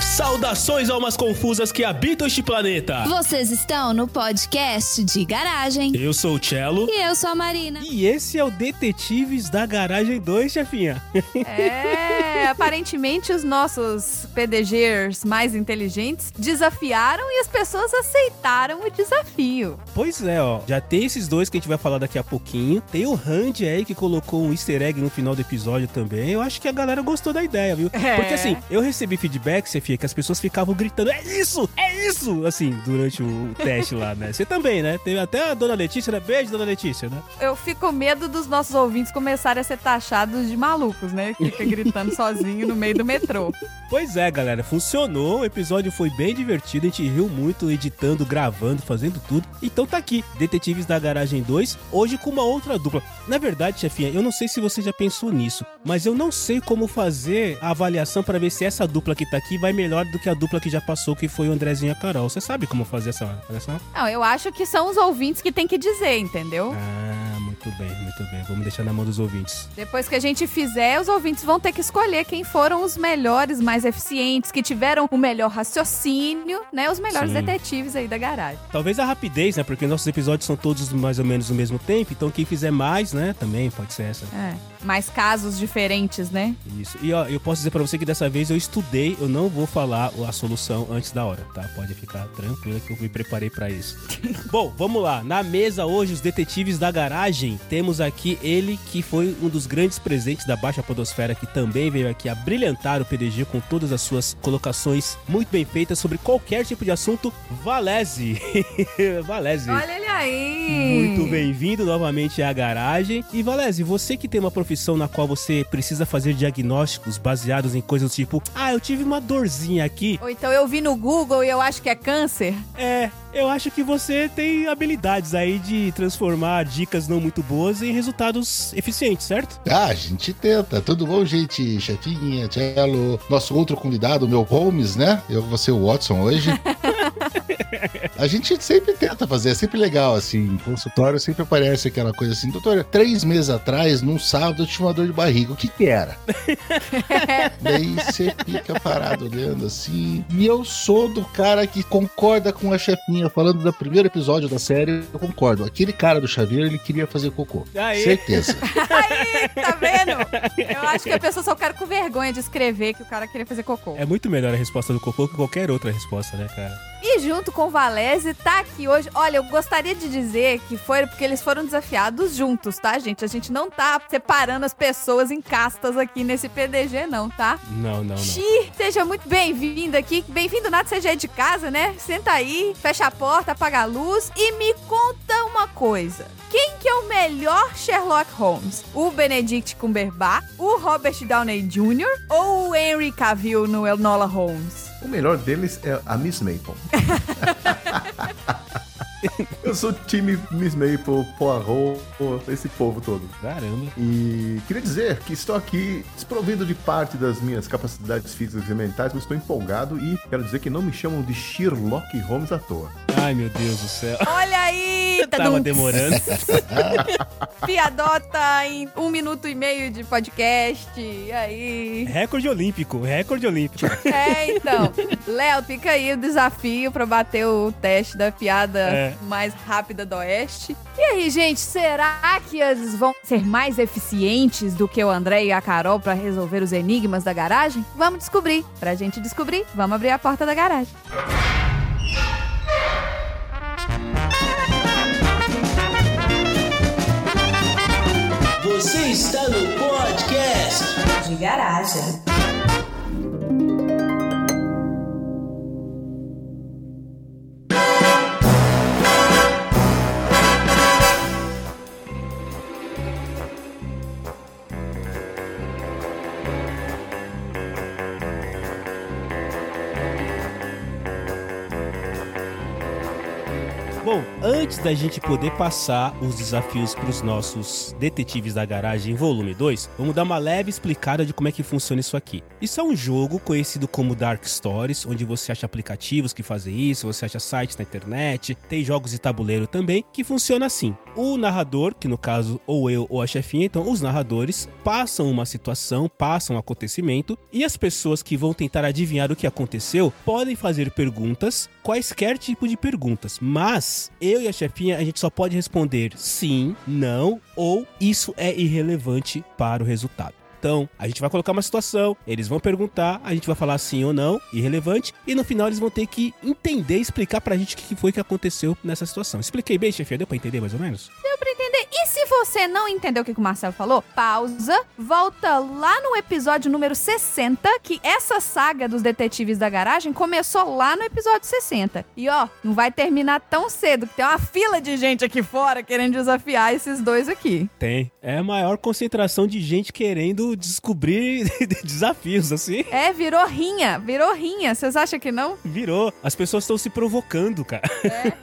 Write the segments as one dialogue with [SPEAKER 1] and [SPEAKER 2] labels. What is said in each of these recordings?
[SPEAKER 1] Saudações, almas confusas que habitam este planeta.
[SPEAKER 2] Vocês estão no podcast de garagem.
[SPEAKER 1] Eu sou o Cello.
[SPEAKER 2] E eu sou a Marina.
[SPEAKER 3] E esse é o Detetives da Garagem 2, chefinha.
[SPEAKER 4] É, aparentemente os nossos PDGers mais inteligentes desafiaram e as pessoas aceitaram o desafio.
[SPEAKER 3] Pois é, ó. Já tem esses dois que a gente vai falar daqui a pouquinho. Tem o Randy aí que colocou um easter egg no final do episódio também. Eu acho que a galera gostou da ideia, viu?
[SPEAKER 4] É.
[SPEAKER 3] Porque assim, eu recebi feedback, Chefia, que as pessoas ficavam gritando: é isso! É isso! Assim, durante o o teste lá, né? Você também, né? Teve até a dona Letícia, né? Beijo, dona Letícia, né?
[SPEAKER 4] Eu fico com medo dos nossos ouvintes começarem a ser taxados de malucos, né? Que fica gritando sozinho no meio do metrô.
[SPEAKER 3] Pois é, galera, funcionou. O episódio foi bem divertido. A gente riu muito editando, gravando, fazendo tudo. Então tá aqui, Detetives da Garagem 2, hoje com uma outra dupla. Na verdade, chefinha, eu não sei se você já pensou nisso, mas eu não sei como fazer a avaliação pra ver se essa dupla que tá aqui vai melhor do que a dupla que já passou, que foi o Andrezinho e a Carol. Você sabe como fazer essa avaliação?
[SPEAKER 4] Não, eu acho que são os ouvintes que tem que dizer, entendeu?
[SPEAKER 3] Ah, muito bem, muito bem. Vamos deixar na mão dos ouvintes.
[SPEAKER 4] Depois que a gente fizer, os ouvintes vão ter que escolher quem foram os melhores, mais eficientes, que tiveram o melhor raciocínio, né? Os melhores
[SPEAKER 3] Sim.
[SPEAKER 4] detetives aí da garagem.
[SPEAKER 3] Talvez a rapidez, né? Porque nossos episódios são todos mais ou menos no mesmo tempo, então quem fizer mais, né? Também pode ser essa.
[SPEAKER 4] É. Mais casos diferentes, né?
[SPEAKER 3] Isso. E ó, eu posso dizer pra você que dessa vez eu estudei, eu não vou falar a solução antes da hora, tá? Pode ficar tranquila que eu me preparei pra isso. Bom, vamos lá. Na mesa hoje, os detetives da garagem, temos aqui ele que foi um dos grandes presentes da Baixa Podosfera, que também veio aqui a brilhantar o PDG com todas as suas colocações muito bem feitas sobre qualquer tipo de assunto. Valese! Valese.
[SPEAKER 4] Olha ele aí!
[SPEAKER 3] Muito bem-vindo novamente à garagem. E Valese, você que tem uma profissão na qual você precisa fazer diagnósticos baseados em coisas do tipo: ah, eu tive uma dorzinha aqui.
[SPEAKER 4] Ou então eu vi no Google e eu acho que é câncer.
[SPEAKER 3] É, eu acho que você tem habilidades aí de transformar dicas não muito boas em resultados eficientes, certo?
[SPEAKER 5] Ah, a gente tenta. Tudo bom, gente? Chefinha, Cello, nosso outro convidado, meu Holmes, né? Eu vou ser o Watson hoje. a gente sempre tenta fazer, é sempre legal, assim. Em consultório sempre aparece aquela coisa assim, doutora, três meses atrás, num sábado, eu tive uma dor de barriga. O que que era? Daí você fica parado olhando assim. E eu sou do cara que concorda com a chefinha, falando do primeiro episódio da série, eu concordo. Aquele cara do chaveiro, ele queria fazer cocô.
[SPEAKER 3] Aí.
[SPEAKER 5] Certeza.
[SPEAKER 4] Aí, tá vendo? Eu acho que a pessoa só ficaram com vergonha de escrever que o cara queria fazer cocô.
[SPEAKER 3] É muito melhor a resposta do cocô que qualquer outra resposta, né, cara?
[SPEAKER 4] E junto com o Valese, tá aqui hoje. Olha, eu gostaria de dizer que foi porque eles foram desafiados juntos, tá, gente? A gente não tá separando as pessoas em castas aqui nesse PDG, não, tá?
[SPEAKER 3] Não, não, não.
[SPEAKER 4] Xi, seja muito bem-vindo aqui. Bem-vindo, nada, seja aí de casa, né? Senta aí, fecha a porta, apaga a luz e me conta uma coisa. Quem que é o melhor Sherlock Holmes? O Benedict Cumberbatch, o Robert Downey Jr. ou o Henry Cavill no Enola Holmes?
[SPEAKER 6] O melhor deles é a Miss Maple. Eu sou o time Miss Maple, Poirot, esse povo todo.
[SPEAKER 3] Caramba.
[SPEAKER 6] E queria dizer que estou aqui desprovido de parte das minhas capacidades físicas e mentais, mas estou empolgado e quero dizer que não me chamam de Sherlock Holmes à toa.
[SPEAKER 3] Ai, meu Deus do céu.
[SPEAKER 4] Olha aí!
[SPEAKER 3] Tava
[SPEAKER 4] tadum.
[SPEAKER 3] demorando.
[SPEAKER 4] Piadota em um minuto e meio de podcast. E aí?
[SPEAKER 3] recorde olímpico, recorde olímpico.
[SPEAKER 4] É, então. Léo, fica aí o desafio pra bater o teste da piada
[SPEAKER 3] É.
[SPEAKER 4] mais rápida do Oeste. E aí, gente, será que eles vão ser mais eficientes do que o André e a Carol pra resolver os enigmas da garagem? Vamos descobrir. Pra gente descobrir, vamos abrir a porta da garagem.
[SPEAKER 7] Você está no podcast de garagem.
[SPEAKER 3] Bom, antes da gente poder passar os desafios para os nossos detetives da garagem volume 2, vamos dar uma leve explicada de como é que funciona isso aqui. Isso é um jogo conhecido como Dark Stories, onde você acha aplicativos que fazem isso, você acha sites na internet, tem jogos de tabuleiro também, que funciona assim. O narrador, que no caso ou eu ou a chefinha, então os narradores passam uma situação, passam um acontecimento e as pessoas que vão tentar adivinhar o que aconteceu podem fazer perguntas, quaisquer tipo de perguntas, mas eu e a chefinha a gente só pode responder sim, não ou isso é irrelevante para o resultado. Então, a gente vai colocar uma situação, eles vão perguntar, a gente vai falar sim ou não, irrelevante, e no final eles vão ter que entender, explicar pra gente o que foi que aconteceu nessa situação. Expliquei bem, chefinha? Deu pra entender mais ou menos?
[SPEAKER 4] Deu pra entender. E se você não entendeu o que que o Marcelo falou, pausa, volta lá no episódio número 60, que essa saga dos detetives da garagem começou lá no episódio 60. E ó, não vai terminar tão cedo, que tem uma fila de gente aqui fora querendo desafiar esses dois aqui.
[SPEAKER 3] Tem. É a maior concentração de gente querendo descobrir desafios, assim.
[SPEAKER 4] É, virou rinha, virou rinha. Vocês acham que não?
[SPEAKER 3] Virou. As pessoas estão se provocando, cara.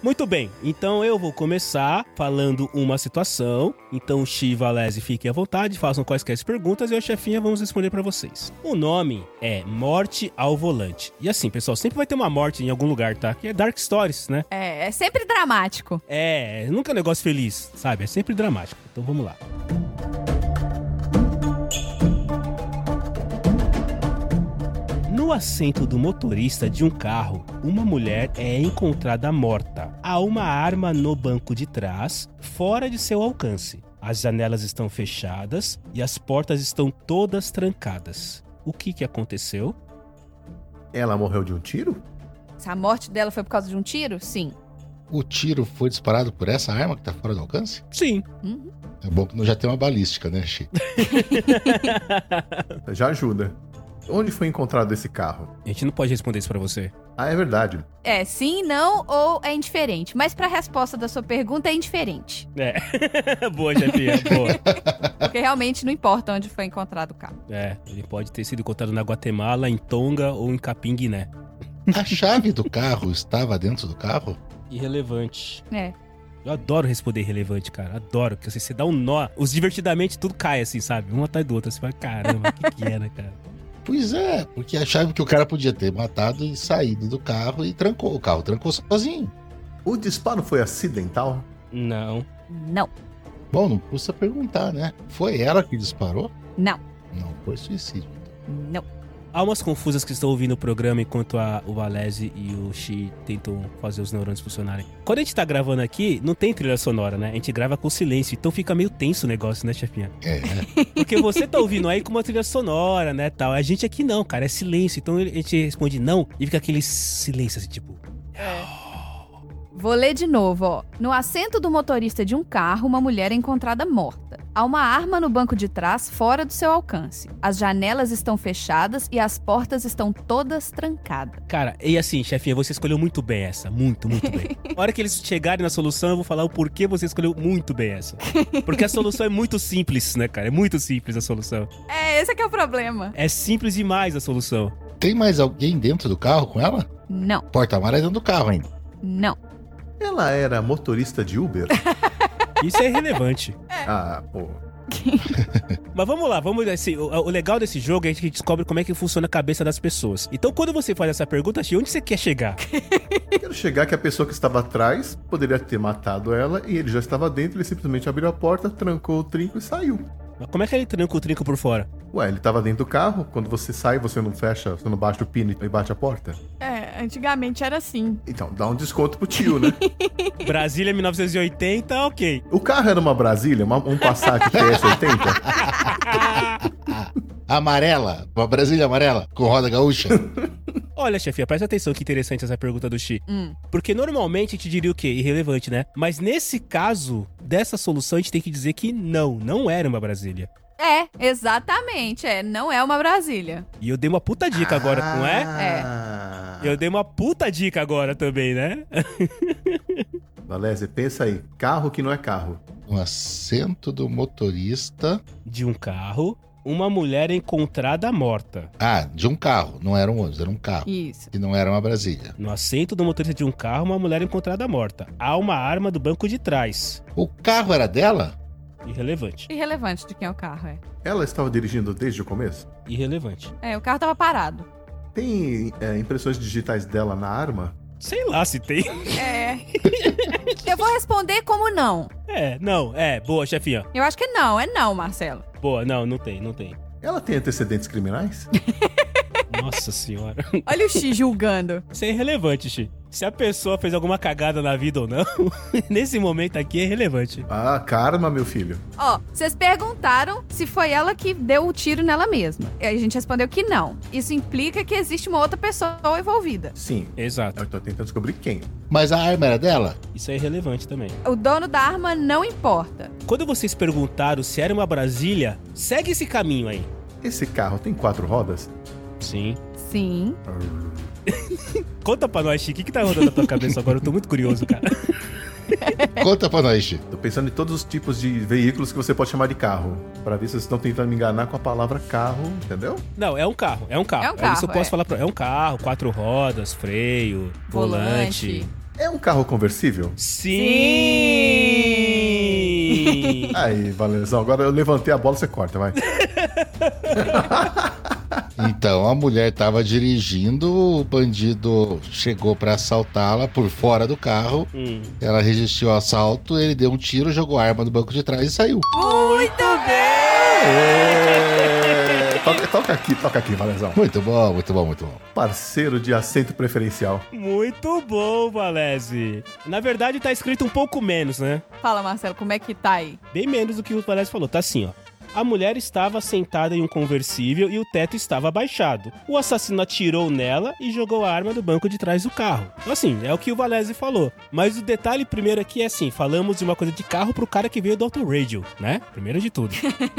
[SPEAKER 3] Muito bem, então eu vou começar falando uma situação. Então, Shiva, Lese, fiquem à vontade, façam quaisquer perguntas e eu, e a chefinha, vamos responder pra vocês. O nome é Morte ao Volante. E assim, pessoal, sempre vai ter uma morte em algum lugar, tá? Que é Dark Stories, né?
[SPEAKER 4] É, é sempre dramático.
[SPEAKER 3] É, nunca é um negócio feliz, sabe? É sempre dramático. Então vamos lá. No assento do motorista de um carro, uma mulher é encontrada morta. Há uma arma no banco de trás, fora de seu alcance. As janelas estão fechadas e as portas estão todas trancadas. O que, que aconteceu?
[SPEAKER 6] Ela morreu de um tiro?
[SPEAKER 4] Se a morte dela foi por causa de um tiro? Sim.
[SPEAKER 5] O tiro foi disparado por essa arma que tá fora do alcance?
[SPEAKER 3] Sim.
[SPEAKER 4] Uhum.
[SPEAKER 5] É bom que não já tem uma balística, né, Chico?
[SPEAKER 6] Já ajuda. Onde foi encontrado esse carro?
[SPEAKER 3] A gente não pode responder isso pra você.
[SPEAKER 6] Ah, é verdade.
[SPEAKER 4] É sim, não ou é indiferente. Mas pra resposta da sua pergunta é indiferente.
[SPEAKER 3] É. boa, chefinha, boa.
[SPEAKER 4] Porque realmente não importa onde foi encontrado o carro.
[SPEAKER 3] É, ele pode ter sido encontrado na Guatemala, em Tonga ou em Capinguiné.
[SPEAKER 5] A chave do carro estava dentro do carro?
[SPEAKER 3] Irrelevante.
[SPEAKER 4] É.
[SPEAKER 3] Eu adoro responder irrelevante, cara. Adoro, porque assim, você dá um nó. Os divertidamente tudo cai assim, sabe? Um atrás do outro. Você fala, caramba, o que, que é, né, cara?
[SPEAKER 5] Pois é, porque achava que o cara podia ter matado e saído do carro e trancou. O carro trancou sozinho.
[SPEAKER 6] O disparo foi acidental?
[SPEAKER 3] Não.
[SPEAKER 4] Não,
[SPEAKER 5] Bom, não custa perguntar, né? Foi ela que disparou?
[SPEAKER 4] não,
[SPEAKER 5] Não, foi suicídio.
[SPEAKER 4] não.
[SPEAKER 3] Almas confusas que estão ouvindo o programa enquanto a, o Valese e o Xi tentam fazer os neurônios funcionarem. Quando a gente tá gravando aqui, não tem trilha sonora, né? A gente grava com silêncio, então fica meio tenso o negócio, né, chefinha?
[SPEAKER 5] É, né?
[SPEAKER 3] Porque você tá ouvindo aí com uma trilha sonora, né, tal. A gente aqui não, cara, é silêncio. Então a gente responde não e fica aquele silêncio assim, tipo...
[SPEAKER 4] Vou ler de novo, ó. No assento do motorista de um carro, uma mulher é encontrada morta. Há uma arma no banco de trás, fora do seu alcance. As janelas estão fechadas e as portas estão todas trancadas.
[SPEAKER 3] Cara, e assim, chefinha, você escolheu muito bem essa. Muito, muito bem. A hora que eles chegarem na solução, eu vou falar o porquê você escolheu muito bem essa. Porque a solução é muito simples, né, cara? É muito simples a solução.
[SPEAKER 4] É, esse é que é o problema.
[SPEAKER 3] É simples demais a solução.
[SPEAKER 5] Tem mais alguém dentro do carro com ela?
[SPEAKER 4] Não,
[SPEAKER 5] O Porta-mala é dentro do carro ainda.
[SPEAKER 4] não.
[SPEAKER 6] Ela era motorista de Uber?
[SPEAKER 3] Isso é irrelevante.
[SPEAKER 6] ah, pô.
[SPEAKER 3] Mas vamos lá, vamos. assim, o, o legal desse jogo é que a gente descobre como é que funciona a cabeça das pessoas. Então, quando você faz essa pergunta, Chi, onde você quer chegar?
[SPEAKER 6] Eu Quero chegar que a pessoa que estava atrás poderia ter matado ela e ele já estava dentro, ele simplesmente abriu a porta, trancou o trinco e saiu.
[SPEAKER 3] Mas como é que ele tranca o trinco por fora?
[SPEAKER 6] Ué, ele estava dentro do carro, quando você sai, você não fecha, você não baixa o pino e bate a porta?
[SPEAKER 8] É, antigamente era assim.
[SPEAKER 6] Então, dá um desconto pro tio, né?
[SPEAKER 3] Brasília 1980, ok.
[SPEAKER 6] O carro era uma Brasília, uma- um Passat PS80?
[SPEAKER 5] Amarela, uma Brasília amarela, com roda gaúcha.
[SPEAKER 3] Olha, chefia, presta atenção que interessante essa pergunta do Chi.
[SPEAKER 4] Hum.
[SPEAKER 3] Porque normalmente a gente diria o quê? Irrelevante, né? Mas nesse caso dessa solução, a gente tem que dizer que não, não era uma Brasília.
[SPEAKER 4] É, exatamente. É, não é uma Brasília.
[SPEAKER 3] E eu dei uma puta dica agora, não é?
[SPEAKER 6] Ah.
[SPEAKER 3] Eu dei uma puta dica agora também, né?
[SPEAKER 6] Valézia, pensa aí, carro que não é carro.
[SPEAKER 5] Um assento do motorista.
[SPEAKER 3] de um carro, uma mulher encontrada morta
[SPEAKER 5] Ah, de um carro. Não era um ônibus, era um carro.
[SPEAKER 4] Isso.
[SPEAKER 5] Que não era uma Brasília.
[SPEAKER 3] no assento do motorista de um carro, uma mulher encontrada morta. Há uma arma do banco de trás.
[SPEAKER 5] O carro era dela?
[SPEAKER 3] Irrelevante.
[SPEAKER 4] Irrelevante de quem é o carro, é.
[SPEAKER 6] Ela estava dirigindo desde o começo?
[SPEAKER 3] Irrelevante.
[SPEAKER 4] É, o carro tava parado.
[SPEAKER 6] Tem é, impressões digitais dela na arma?
[SPEAKER 3] Sei lá se tem.
[SPEAKER 4] É. Eu vou responder como não.
[SPEAKER 3] É, não, é, boa, chefinha.
[SPEAKER 4] Eu acho que não, é não, Marcelo.
[SPEAKER 3] Boa, não, não tem, não tem.
[SPEAKER 6] Ela tem antecedentes criminais?
[SPEAKER 3] Nossa senhora.
[SPEAKER 4] Olha o X julgando.
[SPEAKER 3] Isso é irrelevante, Xi. Se a pessoa fez alguma cagada na vida ou não, nesse momento aqui é irrelevante.
[SPEAKER 6] ah, karma, meu filho.
[SPEAKER 4] Ó, vocês perguntaram se foi ela que deu o tiro nela mesma. E aí a gente respondeu que não. Isso implica que existe uma outra pessoa envolvida.
[SPEAKER 6] Sim.
[SPEAKER 3] Exato.
[SPEAKER 6] Eu tô tentando descobrir quem.
[SPEAKER 5] Mas a arma era dela?
[SPEAKER 3] Isso é irrelevante também.
[SPEAKER 4] O dono da arma não importa.
[SPEAKER 3] Quando vocês perguntaram se era uma Brasília, segue esse caminho aí.
[SPEAKER 6] Esse carro tem quatro rodas?
[SPEAKER 3] Sim.
[SPEAKER 4] Sim.
[SPEAKER 3] Conta pra nós, Chico, o que, que tá rodando na tua cabeça agora? Eu tô muito curioso, cara.
[SPEAKER 5] Conta pra nós, Chico.
[SPEAKER 6] Tô pensando em todos os tipos de veículos que você pode chamar de carro. Pra ver se vocês estão tentando me enganar com a palavra carro, entendeu?
[SPEAKER 3] Não, é um carro, é um carro.
[SPEAKER 4] É um carro,
[SPEAKER 3] Isso eu posso
[SPEAKER 4] é.
[SPEAKER 3] falar pra... É um carro, quatro rodas, freio, volante.
[SPEAKER 4] Volante.
[SPEAKER 6] É um carro conversível?
[SPEAKER 3] Sim!
[SPEAKER 6] Aí, Valenzão, agora eu levantei a bola, você corta, vai.
[SPEAKER 5] Então a mulher tava dirigindo, o bandido chegou pra assaltá-la por fora do carro.
[SPEAKER 3] Hum.
[SPEAKER 5] Ela resistiu ao assalto, ele deu um tiro, jogou a arma no banco de trás e saiu.
[SPEAKER 6] É, toca, toca aqui, toca aqui, Valenzão.
[SPEAKER 5] Muito bom, muito bom, muito bom.
[SPEAKER 6] Parceiro de assento preferencial.
[SPEAKER 3] Muito bom, Valese. Na verdade, tá escrito um pouco menos, né?
[SPEAKER 4] Fala, Marcelo, como é que tá aí?
[SPEAKER 3] Bem menos do que o Valese falou. Tá assim, ó. A mulher estava sentada em um conversível e o teto estava abaixado. O assassino atirou nela e jogou a arma do banco de trás do carro. Então, assim, é o que o Valese falou. Mas o detalhe primeiro aqui é assim: falamos de uma coisa de carro pro cara que veio do Auto Radio, né? Primeiro de tudo.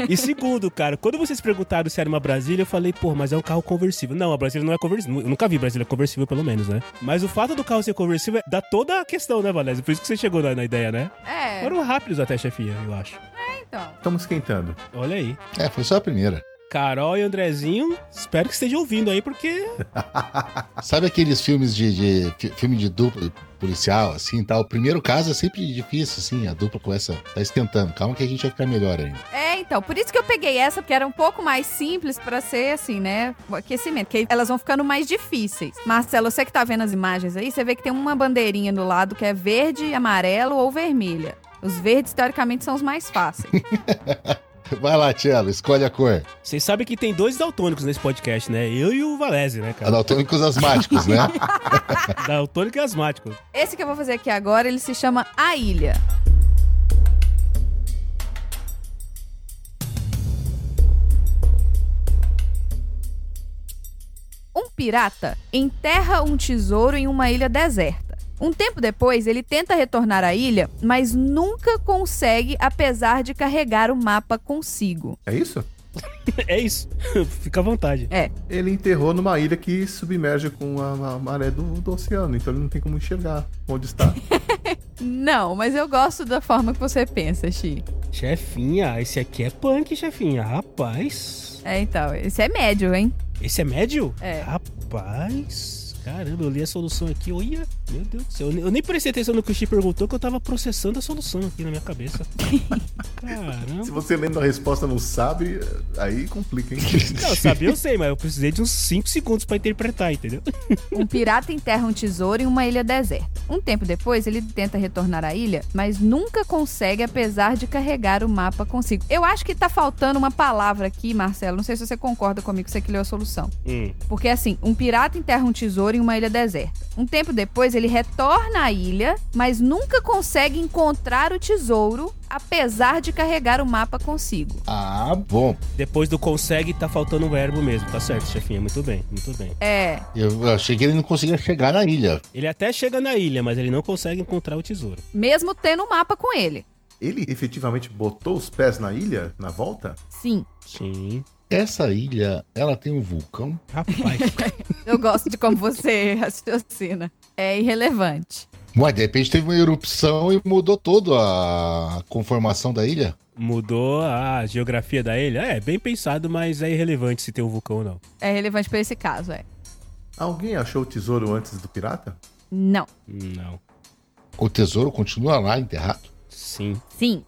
[SPEAKER 3] E segundo, cara, quando vocês perguntaram se era uma Brasília, eu falei, pô, mas é um carro conversível. Não, a Brasília não é conversível. Eu nunca vi Brasília conversível, pelo menos, né? Mas o fato do carro ser conversível é, dá toda a questão, né, Valese? Por isso que você chegou na, na ideia, né?
[SPEAKER 4] É,
[SPEAKER 3] Foram rápidos até, chefinha, eu acho.
[SPEAKER 4] então.
[SPEAKER 6] Estamos esquentando.
[SPEAKER 3] Olha aí.
[SPEAKER 5] É, foi só a primeira.
[SPEAKER 3] Carol e Andrezinho, espero que estejam ouvindo aí, porque.
[SPEAKER 5] Sabe aqueles filmes de, de- fi- filme de dupla policial, assim, tal? O primeiro caso é sempre difícil, assim, a dupla com essa tá esquentando. Calma que a gente vai ficar melhor ainda.
[SPEAKER 4] É, então. Por isso que eu peguei essa, porque era um pouco mais simples pra ser, assim, né? O aquecimento. Porque elas vão ficando mais difíceis. Marcelo, você que tá vendo as imagens aí, você vê que tem uma bandeirinha do lado que é verde, amarelo ou vermelha. Os verdes, teoricamente, são os mais fáceis.
[SPEAKER 5] Vai lá, Tielo, escolhe a cor.
[SPEAKER 3] Vocês sabem que tem dois daltônicos nesse podcast, né? Eu e o Valese, né, cara?
[SPEAKER 5] Anatômicos asmáticos, né?
[SPEAKER 3] Daltônico e asmático.
[SPEAKER 4] Esse que eu vou fazer aqui agora, ele se chama A Ilha. Um pirata enterra um tesouro em uma ilha deserta. Um tempo depois, ele tenta retornar à ilha, mas nunca consegue, apesar de carregar o mapa consigo.
[SPEAKER 6] É isso?
[SPEAKER 3] É isso. Fica à vontade.
[SPEAKER 6] Ele enterrou numa ilha que submerge com a, a maré do, do oceano, então ele não tem como enxergar onde está.
[SPEAKER 4] Não, mas eu gosto da forma que você pensa, Xi.
[SPEAKER 3] Chefinha, esse aqui é punk, chefinha. Rapaz.
[SPEAKER 4] É, então, esse é médio, hein?
[SPEAKER 3] Esse é médio?
[SPEAKER 4] É.
[SPEAKER 3] Rapaz. Caramba, eu li a solução aqui, olha. Meu Deus do céu. Eu nem- Eu nem prestei atenção no que o Chi perguntou, que eu tava processando a solução aqui na minha cabeça. Caramba.
[SPEAKER 6] Se você lendo a resposta não sabe, aí complica, hein?
[SPEAKER 3] Não, saber eu sei, mas eu precisei de uns 5 segundos pra interpretar, entendeu?
[SPEAKER 4] Um pirata enterra um tesouro em uma ilha deserta. Um tempo depois, ele tenta retornar à ilha, mas nunca consegue, apesar de carregar o mapa consigo. Eu acho que tá faltando uma palavra aqui, Marcelo. Não sei se você concorda comigo, você que leu a solução.
[SPEAKER 3] Hum.
[SPEAKER 4] Porque assim, um pirata enterra um tesouro em uma ilha deserta. Um tempo depois, ele retorna à ilha, mas nunca consegue encontrar o tesouro, apesar de carregar o mapa consigo.
[SPEAKER 5] ah, bom.
[SPEAKER 3] Depois do consegue, tá faltando um verbo mesmo. Tá certo, chefinha. Muito bem, muito bem.
[SPEAKER 4] É,
[SPEAKER 5] Eu achei que ele não conseguia chegar na ilha.
[SPEAKER 3] Ele até chega na ilha, mas ele não consegue encontrar o tesouro.
[SPEAKER 4] mesmo tendo o mapa com ele.
[SPEAKER 6] Ele efetivamente botou os pés na ilha, na volta?
[SPEAKER 4] Sim,
[SPEAKER 3] Sim.
[SPEAKER 5] Essa ilha, ela tem um vulcão.
[SPEAKER 3] Rapaz.
[SPEAKER 4] Eu gosto de como você raciocina. É irrelevante.
[SPEAKER 5] Ué, de repente teve uma erupção e mudou toda a conformação da ilha.
[SPEAKER 3] Mudou a geografia da ilha? É, bem pensado, mas é irrelevante se tem um vulcão ou não.
[SPEAKER 4] É relevante pra esse caso, é.
[SPEAKER 6] Alguém achou o tesouro antes do pirata?
[SPEAKER 4] Não.
[SPEAKER 3] Não.
[SPEAKER 5] O tesouro continua lá enterrado.
[SPEAKER 3] Sim.
[SPEAKER 4] Sim.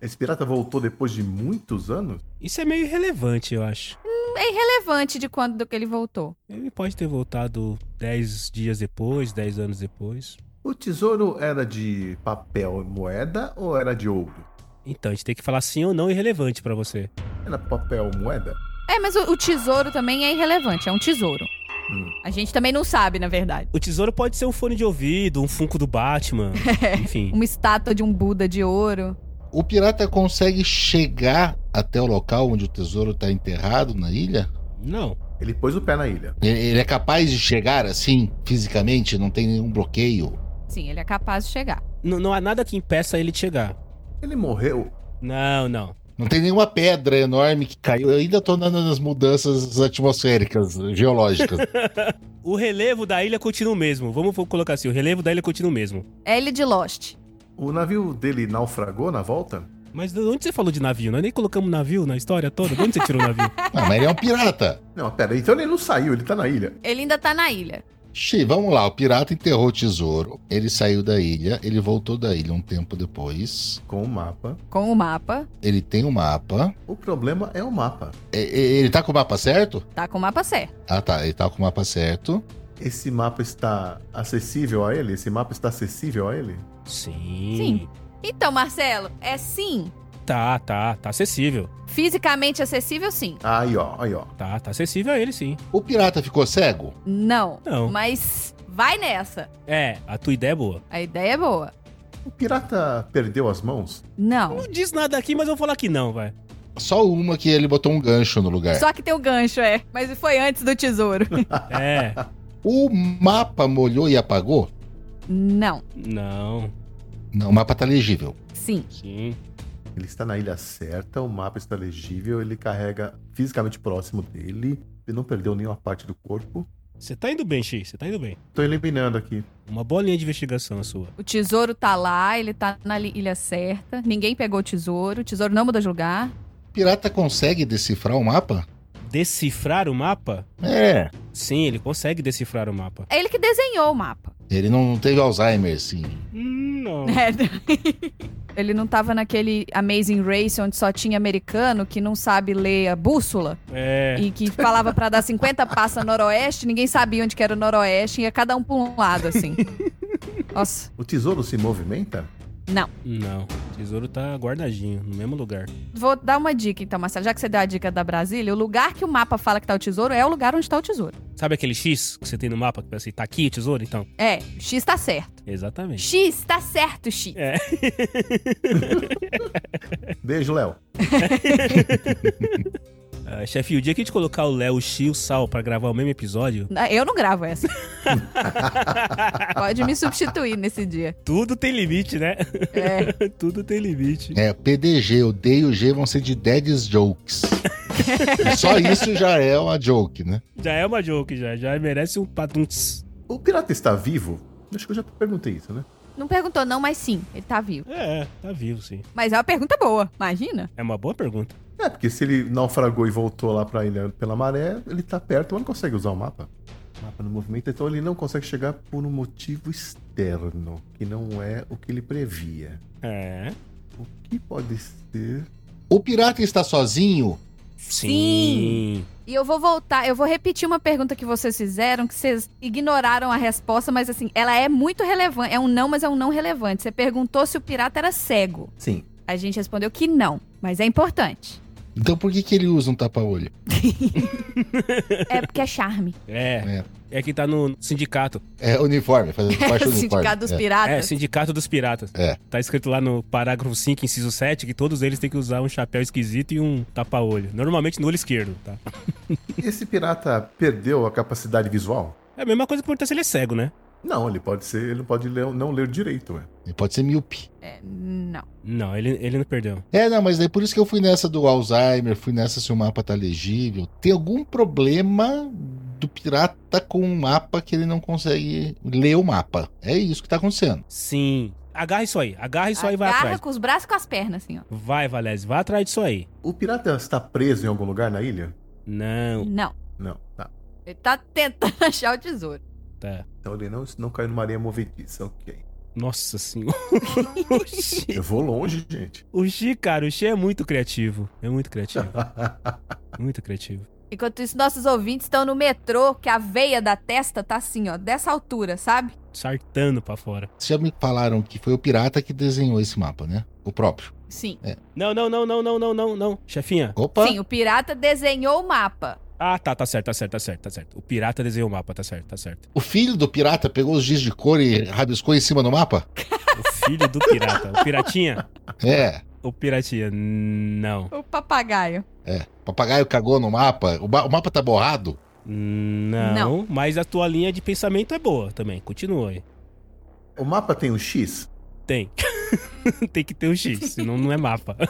[SPEAKER 6] Esse pirata voltou depois de muitos anos?
[SPEAKER 3] Isso é meio irrelevante, eu acho.
[SPEAKER 4] É irrelevante de quando do que ele voltou.
[SPEAKER 3] Ele pode ter voltado 10 dias depois, 10 anos depois.
[SPEAKER 6] O tesouro era de papel e moeda ou era de ouro?
[SPEAKER 3] Então, a gente tem que falar sim ou não irrelevante pra você.
[SPEAKER 6] Era papel e moeda?
[SPEAKER 4] É, mas o, o tesouro também é irrelevante, é um tesouro.
[SPEAKER 6] Hum.
[SPEAKER 4] A gente também não sabe, na verdade.
[SPEAKER 3] O tesouro pode ser um fone de ouvido, um funko do Batman, enfim.
[SPEAKER 4] Uma estátua de um Buda de ouro.
[SPEAKER 5] O pirata consegue chegar até o local onde o tesouro está enterrado na ilha?
[SPEAKER 3] Não.
[SPEAKER 6] Ele pôs o pé na ilha.
[SPEAKER 5] Ele- Ele é capaz de chegar assim, fisicamente, não tem nenhum bloqueio.
[SPEAKER 4] Sim, ele é capaz de chegar.
[SPEAKER 3] N- não há nada que impeça ele de chegar.
[SPEAKER 6] Ele morreu.
[SPEAKER 3] Não, não.
[SPEAKER 5] Não tem nenhuma pedra enorme que caiu. Eu ainda tô andando nas mudanças atmosféricas, geológicas.
[SPEAKER 3] O relevo da ilha continua o mesmo. Vamos colocar assim, o relevo da ilha continua o mesmo.
[SPEAKER 4] É ele de Lost.
[SPEAKER 6] O navio dele naufragou na volta?
[SPEAKER 3] Mas de onde você falou de navio? Nós nem colocamos navio na história toda. De onde você tirou o navio?
[SPEAKER 5] Ah, mas ele é um pirata.
[SPEAKER 6] Não, pera, então ele não saiu, ele tá na ilha.
[SPEAKER 4] Ele ainda tá na ilha.
[SPEAKER 5] Xi, vamos lá. O pirata enterrou o tesouro. Ele saiu da ilha. Ele voltou da ilha um tempo depois.
[SPEAKER 6] Com o mapa.
[SPEAKER 4] Com o mapa.
[SPEAKER 5] Ele tem o mapa.
[SPEAKER 6] O problema é o mapa.
[SPEAKER 5] E- e- Ele tá com o mapa certo?
[SPEAKER 4] Tá com o mapa certo.
[SPEAKER 5] Ah, tá. Ele tá com o mapa certo.
[SPEAKER 6] Esse mapa está acessível a ele? Esse mapa está acessível a ele?
[SPEAKER 3] Sim.
[SPEAKER 4] Sim. Então, Marcelo, é sim.
[SPEAKER 3] Tá, tá. Tá acessível.
[SPEAKER 4] Fisicamente acessível, sim.
[SPEAKER 6] Aí, ó, aí, ó.
[SPEAKER 3] Tá, tá acessível a ele, sim.
[SPEAKER 5] O pirata ficou cego?
[SPEAKER 4] Não.
[SPEAKER 3] Não.
[SPEAKER 4] Mas vai nessa.
[SPEAKER 3] É, a tua ideia é boa.
[SPEAKER 4] A ideia é boa.
[SPEAKER 6] O pirata perdeu as mãos?
[SPEAKER 4] Não.
[SPEAKER 3] Não diz nada aqui, mas eu vou falar que não, vai.
[SPEAKER 5] Só uma que ele botou um gancho no lugar.
[SPEAKER 4] Só que tem o gancho, é. Mas foi antes do tesouro.
[SPEAKER 3] É.
[SPEAKER 5] O mapa molhou e apagou?
[SPEAKER 4] não.
[SPEAKER 3] não.
[SPEAKER 5] Não, o mapa tá legível.
[SPEAKER 4] Sim.
[SPEAKER 3] Sim.
[SPEAKER 6] Ele está na ilha certa, o mapa está legível, ele carrega fisicamente próximo dele, ele não perdeu nenhuma parte do corpo.
[SPEAKER 3] Você tá indo bem, Xi. Você tá indo bem.
[SPEAKER 6] Tô eliminando aqui.
[SPEAKER 3] Uma boa linha de investigação a sua.
[SPEAKER 4] O tesouro tá lá, ele tá na li- ilha certa. Ninguém pegou o tesouro. O tesouro não mudou de lugar.
[SPEAKER 5] O pirata consegue decifrar o mapa?
[SPEAKER 3] Decifrar o mapa?
[SPEAKER 5] É.
[SPEAKER 3] Sim, ele consegue decifrar o mapa.
[SPEAKER 4] É ele que desenhou o mapa.
[SPEAKER 5] Ele não teve Alzheimer, sim.
[SPEAKER 3] Hum, Não.
[SPEAKER 4] É. ele não tava naquele Amazing Race onde só tinha americano que não sabe ler a bússola
[SPEAKER 3] É.
[SPEAKER 4] e que falava pra dar 50 passos noroeste, ninguém sabia onde que era o noroeste e ia cada um pra um lado assim. Nossa,
[SPEAKER 6] O tesouro se movimenta?
[SPEAKER 3] Não. O tesouro tá guardadinho, no mesmo lugar.
[SPEAKER 4] vou dar uma dica então, Marcelo, já que você deu a dica da Brasília, o lugar que o mapa fala que tá o tesouro é o lugar onde tá o tesouro.
[SPEAKER 3] Sabe aquele X que você tem no mapa que parece assim, tá aqui o tesouro? Então.
[SPEAKER 4] É, o X tá certo.
[SPEAKER 3] Exatamente.
[SPEAKER 4] X tá certo, X.
[SPEAKER 3] É.
[SPEAKER 6] Beijo, Léo.
[SPEAKER 3] Ah, chefe, o dia que a gente colocar o Léo, o Xi e o Sal pra gravar o mesmo episódio,
[SPEAKER 4] Eu não gravo essa. Pode me substituir nesse dia.
[SPEAKER 3] tudo tem limite, né?
[SPEAKER 4] É.
[SPEAKER 3] tudo tem limite.
[SPEAKER 5] É, PDG, o D e o G vão ser de Daddy's Jokes. E Só isso já é uma joke, né?
[SPEAKER 3] Já é uma joke, já. Já merece um patunts.
[SPEAKER 6] O pirata está vivo? Acho que eu já perguntei isso, né?
[SPEAKER 4] Não perguntou, não, mas sim, ele tá vivo.
[SPEAKER 3] É, tá vivo, sim.
[SPEAKER 4] Mas é uma pergunta boa, imagina.
[SPEAKER 3] É uma boa pergunta.
[SPEAKER 6] É, porque se ele naufragou e voltou lá pra ilha pela maré, ele tá perto, mas não consegue usar o mapa. O mapa no movimento, então ele não consegue chegar por um motivo externo, que não é o que ele previa.
[SPEAKER 3] É.
[SPEAKER 6] O que pode ser?
[SPEAKER 5] O pirata está sozinho?
[SPEAKER 3] Sim.
[SPEAKER 4] E eu vou voltar, eu vou repetir uma pergunta que vocês fizeram, que vocês ignoraram a resposta, mas assim, ela é muito relevante. É um não, mas é um não relevante. Você perguntou se o pirata era cego.
[SPEAKER 6] Sim.
[SPEAKER 4] A gente respondeu que não, mas é importante.
[SPEAKER 5] Então por que, que ele usa um tapa-olho?
[SPEAKER 4] É porque é charme.
[SPEAKER 3] É. É, que tá no sindicato.
[SPEAKER 5] É uniforme, fazendo parte do uniforme.
[SPEAKER 4] Sindicato dos
[SPEAKER 5] é.
[SPEAKER 3] É,
[SPEAKER 4] piratas.
[SPEAKER 3] sindicato dos piratas.
[SPEAKER 5] É.
[SPEAKER 3] Tá escrito lá no parágrafo 5, inciso 7, que todos eles têm que usar um chapéu esquisito e um tapa-olho. Normalmente no olho esquerdo, tá?
[SPEAKER 6] Esse pirata perdeu a capacidade visual?
[SPEAKER 3] É a mesma coisa que perguntar se ele é cego, né?
[SPEAKER 6] Não, ele pode ser, ele pode ler- não ler direito, é. ué.
[SPEAKER 5] Ele pode ser míope.
[SPEAKER 4] É, não.
[SPEAKER 3] Não, ele, ele não perdeu.
[SPEAKER 5] É, não, mas daí por isso que eu fui nessa do Alzheimer, fui nessa se o mapa tá legível. Tem algum problema do pirata com um mapa que ele não consegue ler o mapa. É isso que tá acontecendo.
[SPEAKER 3] Sim. Agarra isso aí, agarra isso aí e vai
[SPEAKER 4] Agarra
[SPEAKER 3] atrás.
[SPEAKER 4] com os braços e com as pernas, assim, ó.
[SPEAKER 3] Vai, Valézio, vai atrás disso aí.
[SPEAKER 6] O pirata está preso em algum lugar na ilha?
[SPEAKER 3] Não,
[SPEAKER 4] Não.
[SPEAKER 6] Não, tá.
[SPEAKER 4] Ele tá tentando achar o tesouro.
[SPEAKER 3] tá.
[SPEAKER 6] Então ele não, não caiu numa areia movediça, ok.
[SPEAKER 3] Nossa senhora. o Xi-
[SPEAKER 6] Eu vou longe, gente.
[SPEAKER 3] o Xi, cara, o Xi é muito criativo. É muito criativo, muito criativo.
[SPEAKER 4] Enquanto isso, nossos ouvintes estão no metrô, que a veia da testa tá assim, ó, dessa altura, sabe?
[SPEAKER 3] Sartando pra fora.
[SPEAKER 5] Vocês já me falaram que foi o pirata que desenhou esse mapa, né? O próprio.
[SPEAKER 8] Sim.
[SPEAKER 3] Não, não, não, não, não, não, não, não. Chefinha.
[SPEAKER 5] Opa!
[SPEAKER 4] Sim, o pirata desenhou o mapa.
[SPEAKER 3] Ah, tá, tá certo, tá certo, tá certo, tá certo. O pirata desenhou o mapa, tá certo, tá certo.
[SPEAKER 5] O filho do pirata pegou os giz de cor e rabiscou em cima do mapa?
[SPEAKER 3] O filho do pirata. O piratinha?
[SPEAKER 5] É.
[SPEAKER 3] O piratinha. Não.
[SPEAKER 4] O papagaio.
[SPEAKER 5] O papagaio cagou no mapa. O, ba- o mapa tá borrado?
[SPEAKER 3] Não.
[SPEAKER 4] Não.
[SPEAKER 3] Mas a tua linha de pensamento é boa também. Continua aí.
[SPEAKER 6] o mapa tem um X?
[SPEAKER 3] Tem. tem que ter um X, senão não é mapa.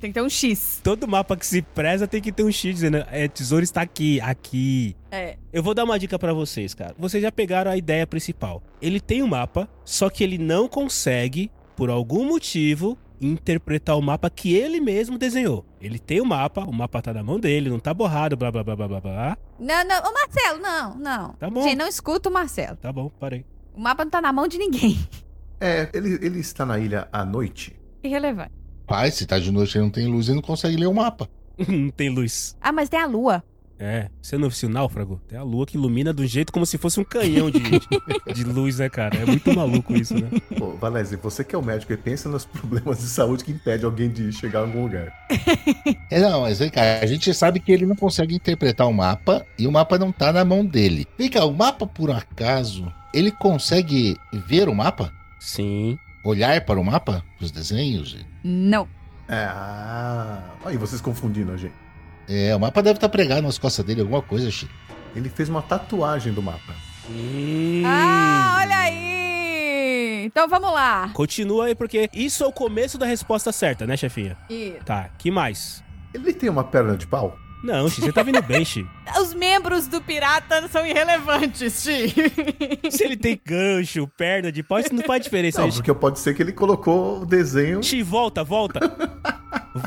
[SPEAKER 8] Tem que ter um X.
[SPEAKER 3] Todo mapa que se preza tem que ter um X dizendo, é, tesouro está aqui, aqui.
[SPEAKER 4] É.
[SPEAKER 3] Eu vou dar uma dica pra vocês, cara. Vocês já pegaram a ideia principal. Ele tem o mapa, só que ele não consegue, por algum motivo, interpretar o mapa que ele mesmo desenhou. Ele tem o mapa, o mapa tá na mão dele, não tá borrado, blá blá blá blá blá blá.
[SPEAKER 4] Não, não, ô Marcelo, não, não.
[SPEAKER 3] Tá bom.
[SPEAKER 4] Gente, não escuta o Marcelo.
[SPEAKER 3] Tá bom, parei.
[SPEAKER 4] O mapa não tá na mão de ninguém.
[SPEAKER 6] É, ele, ele está na ilha à noite?
[SPEAKER 8] Irrelevante.
[SPEAKER 5] Pai, se tá de noite e não tem luz, ele não consegue ler o mapa.
[SPEAKER 3] não tem luz.
[SPEAKER 4] Ah, mas tem a lua.
[SPEAKER 3] É, você não viu o náufrago? Tem a lua que ilumina do jeito como se fosse um canhão de, de- de luz, né, cara? É muito maluco isso, né?
[SPEAKER 6] Pô, Valézio, você que é o médico e pensa nos problemas de saúde que impede alguém de chegar a algum lugar.
[SPEAKER 5] É, não, mas vem cá, a gente sabe que ele não consegue interpretar o mapa e o mapa não tá na mão dele. Vem cá, o mapa, por acaso, ele consegue ver o mapa?
[SPEAKER 3] Sim.
[SPEAKER 5] Olhar para o mapa? Os desenhos?
[SPEAKER 4] Não.
[SPEAKER 6] É, ah, aí vocês confundindo a gente.
[SPEAKER 5] É, o mapa deve estar pregado nas costas dele, alguma coisa, Chico.
[SPEAKER 6] Ele fez uma tatuagem do mapa.
[SPEAKER 3] Hum.
[SPEAKER 4] Ah, olha aí! Então vamos lá.
[SPEAKER 3] Continua aí, porque isso é o começo da resposta certa, né, chefinha?
[SPEAKER 4] E
[SPEAKER 3] Tá, que mais?
[SPEAKER 6] Ele tem uma perna de pau?
[SPEAKER 3] Não, Xi, você tá vindo bem, Xi.
[SPEAKER 8] Os membros do pirata são irrelevantes, Xi.
[SPEAKER 3] Se ele tem gancho, perna de pau, isso não faz diferença.
[SPEAKER 6] Não,
[SPEAKER 3] Xi.
[SPEAKER 6] porque pode ser que ele colocou o desenho.
[SPEAKER 3] Xi, volta, volta.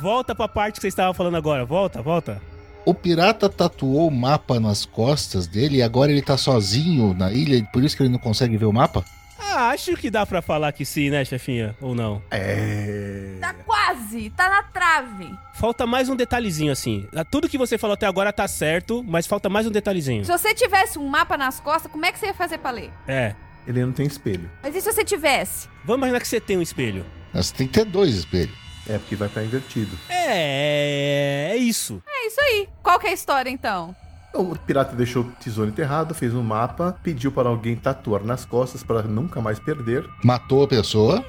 [SPEAKER 3] Volta pra parte que você estava falando agora. Volta, volta.
[SPEAKER 5] O pirata tatuou o mapa nas costas dele e agora ele tá sozinho na ilha, e por isso que ele não consegue ver o mapa?
[SPEAKER 3] Ah, acho que dá pra falar que sim, né, chefinha? Ou não?
[SPEAKER 6] É.
[SPEAKER 4] tá quase, tá na trave.
[SPEAKER 3] Falta mais um detalhezinho, assim. Tudo que você falou até agora tá certo, mas falta mais um detalhezinho.
[SPEAKER 4] Se você tivesse um mapa nas costas, como é que você ia fazer pra ler?
[SPEAKER 3] É.
[SPEAKER 6] Ele não tem espelho.
[SPEAKER 4] Mas e se você tivesse?
[SPEAKER 3] Vamos imaginar que você tem um espelho.
[SPEAKER 5] Você tem que ter dois espelhos.
[SPEAKER 6] É, porque vai estar invertido.
[SPEAKER 3] É. É isso.
[SPEAKER 4] É isso aí. Qual que é a história então?
[SPEAKER 6] Então, O pirata deixou o tesouro enterrado, fez um mapa, pediu para alguém tatuar nas costas para nunca mais perder.
[SPEAKER 5] Matou a pessoa,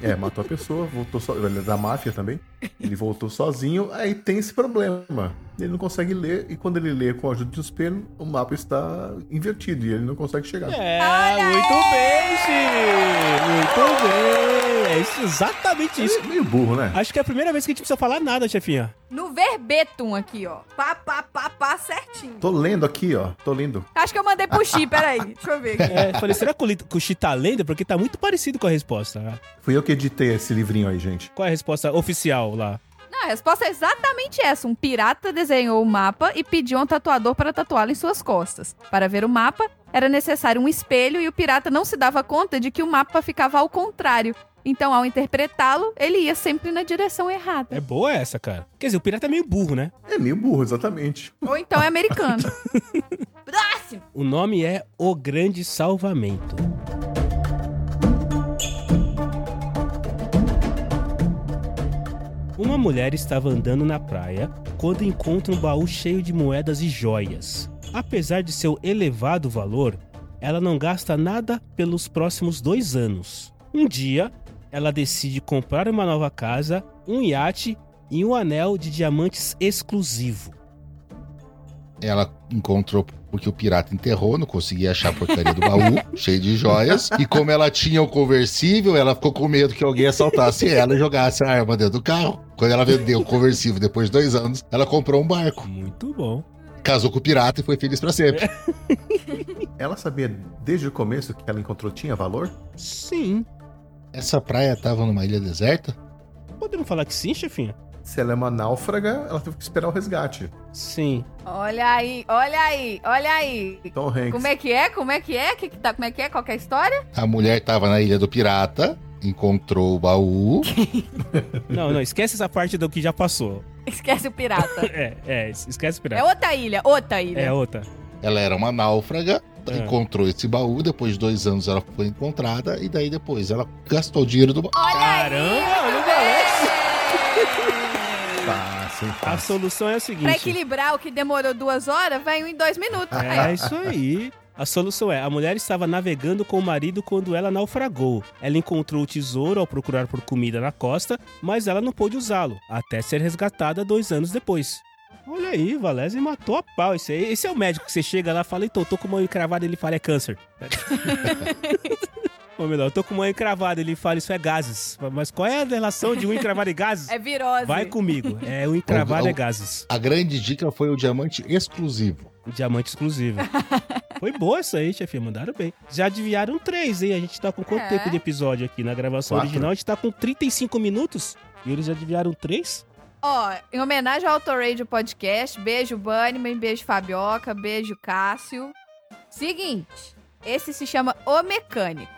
[SPEAKER 6] É, matou a pessoa, voltou so... Ele é da máfia também. Ele voltou sozinho, aí tem esse problema. Ele não consegue ler, e quando ele lê com a ajuda de um espelho, o mapa está invertido e ele não consegue chegar.
[SPEAKER 3] É, muito bem, Xi. Muito bem. É isso, exatamente isso.
[SPEAKER 6] Ele é meio burro, né?
[SPEAKER 3] Acho que é a primeira vez que a gente precisa falar nada, chefinha.
[SPEAKER 4] No verbetum aqui, ó. Pá, pá, pá, pá, certinho.
[SPEAKER 6] Tô lendo aqui, ó. Tô lendo.
[SPEAKER 4] Acho que eu mandei pro Xi, peraí. Deixa eu ver aqui.
[SPEAKER 3] É, falei, será que o Li- que o Xi tá lendo? Porque tá muito parecido com a resposta. né?
[SPEAKER 6] Fui eu que editei esse livrinho aí, gente.
[SPEAKER 3] Qual é a resposta oficial lá?
[SPEAKER 4] Não, a resposta é exatamente essa. Um pirata desenhou o mapa e pediu a um tatuador para tatuá-lo em suas costas. Para ver o mapa, era necessário um espelho e o pirata não se dava conta de que o mapa ficava ao contrário. Então, ao interpretá-lo, ele ia sempre na direção errada.
[SPEAKER 3] É boa essa, cara. Quer dizer, o pirata é meio burro, né?
[SPEAKER 6] É meio burro, exatamente.
[SPEAKER 4] Ou então é americano. Próximo!
[SPEAKER 3] O nome é O Grande Salvamento. Uma mulher estava andando na praia quando encontra um baú cheio de moedas e joias. Apesar de seu elevado valor, ela não gasta nada pelos próximos dois anos. Um dia, ela decide comprar uma nova casa, um iate e um anel de diamantes exclusivo.
[SPEAKER 5] ela encontrou porque o pirata enterrou, não conseguia achar a porcaria do baú, cheio de joias. E como ela tinha o conversível, ela ficou com medo que alguém assaltasse ela e jogasse a arma dentro do carro. Quando ela vendeu o conversível depois de dois anos, ela comprou um barco.
[SPEAKER 3] Muito bom.
[SPEAKER 5] Casou com o pirata e foi feliz pra sempre.
[SPEAKER 6] Ela sabia desde o começo que ela encontrou tinha valor?
[SPEAKER 3] Sim.
[SPEAKER 5] Essa praia tava numa ilha deserta?
[SPEAKER 3] Podemos falar que sim, chefinha?
[SPEAKER 6] Se ela é uma náufraga, ela teve que esperar o resgate.
[SPEAKER 3] Sim.
[SPEAKER 4] Olha aí, olha aí, olha aí.
[SPEAKER 6] Tom Hanks.
[SPEAKER 4] Como é que é? Como é que é? Que que tá, como é que é? Qual que é a história?
[SPEAKER 5] A mulher tava na ilha do pirata, encontrou o baú.
[SPEAKER 3] Não, não, esquece essa parte do que já passou.
[SPEAKER 4] Esquece o pirata.
[SPEAKER 3] É, é, es- esquece o
[SPEAKER 4] É
[SPEAKER 3] pirata.
[SPEAKER 4] outra ilha, outra ilha.
[SPEAKER 3] É outra.
[SPEAKER 5] Ela era uma náufraga,
[SPEAKER 3] É.
[SPEAKER 5] encontrou esse baú, depois de dois anos ela foi encontrada, e daí depois ela gastou o dinheiro do baú.
[SPEAKER 3] Ah! Caramba, não parece.
[SPEAKER 6] Fácil, hein?
[SPEAKER 3] A solução é a
[SPEAKER 4] Pra
[SPEAKER 3] seguinte.
[SPEAKER 4] equilibrar o que demorou duas horas, vai um em dois minutos.
[SPEAKER 3] É isso aí. A solução é: a mulher estava navegando com o marido quando ela naufragou. Ela encontrou o tesouro ao procurar por comida na costa, mas ela não pôde usá-lo, até ser resgatada dois anos depois. Olha aí, Valese matou a pau. Esse, aí- esse é o médico que você chega lá e fala: então, tô com uma encravada, ele fala: é câncer. Ou melhor, eu tô com uma encravada, ele fala: isso é gases. Mas qual é a relação de um encravado e gases?
[SPEAKER 4] É virose.
[SPEAKER 3] Vai comigo. É, um encravado é gases.
[SPEAKER 5] A grande dica foi o diamante exclusivo.
[SPEAKER 3] Diamante exclusivo. Foi boa isso aí, chefinha. Mandaram bem. Já adivinharam três, hein? A gente tá com quanto
[SPEAKER 4] É.
[SPEAKER 3] tempo de episódio aqui? Na gravação
[SPEAKER 6] Quatro.
[SPEAKER 3] original, a gente tá com 35 minutos. E eles já adivinharam três?
[SPEAKER 4] Ó, em homenagem ao Autoradio Podcast, beijo Bunnyman, beijo Fabioca, beijo Cássio. Seguinte, esse se chama O Mecânico.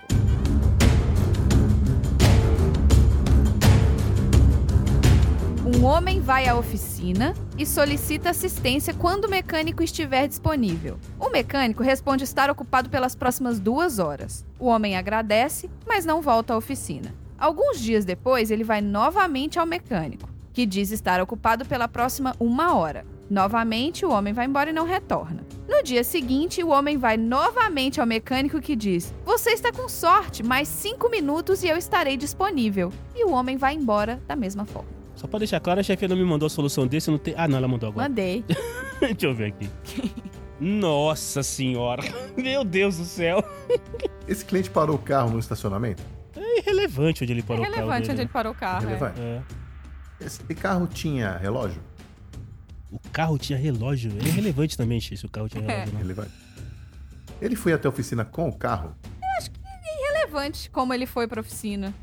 [SPEAKER 4] Um homem vai à oficina e solicita assistência quando o mecânico estiver disponível. O mecânico responde estar ocupado pelas próximas duas horas. O homem agradece, mas não volta à oficina. Alguns dias depois, ele vai novamente ao mecânico, que diz estar ocupado pela próxima uma hora. Novamente, o homem vai embora e não retorna. No dia seguinte, o homem vai novamente ao mecânico que diz: Você está com sorte, mais cinco minutos e eu estarei disponível. E o homem vai embora da mesma forma.
[SPEAKER 3] Só pra deixar claro, a chefinha não me mandou a solução desse. Não tem... Ah, não, ela mandou agora.
[SPEAKER 4] Mandei.
[SPEAKER 3] Deixa eu ver aqui. Nossa senhora. Meu Deus do céu.
[SPEAKER 6] Esse cliente parou o carro no estacionamento?
[SPEAKER 3] É irrelevante onde ele parou o carro
[SPEAKER 4] Relevante onde
[SPEAKER 3] dele,
[SPEAKER 4] ele parou o carro. é.
[SPEAKER 6] Relevante.
[SPEAKER 3] né? É.
[SPEAKER 6] Esse carro tinha relógio?
[SPEAKER 3] O carro tinha relógio. É irrelevante também, X, se o carro tinha relógio. né? não.
[SPEAKER 6] Relevante. Ele foi até a oficina com o carro?
[SPEAKER 4] Relevante como ele foi pra oficina.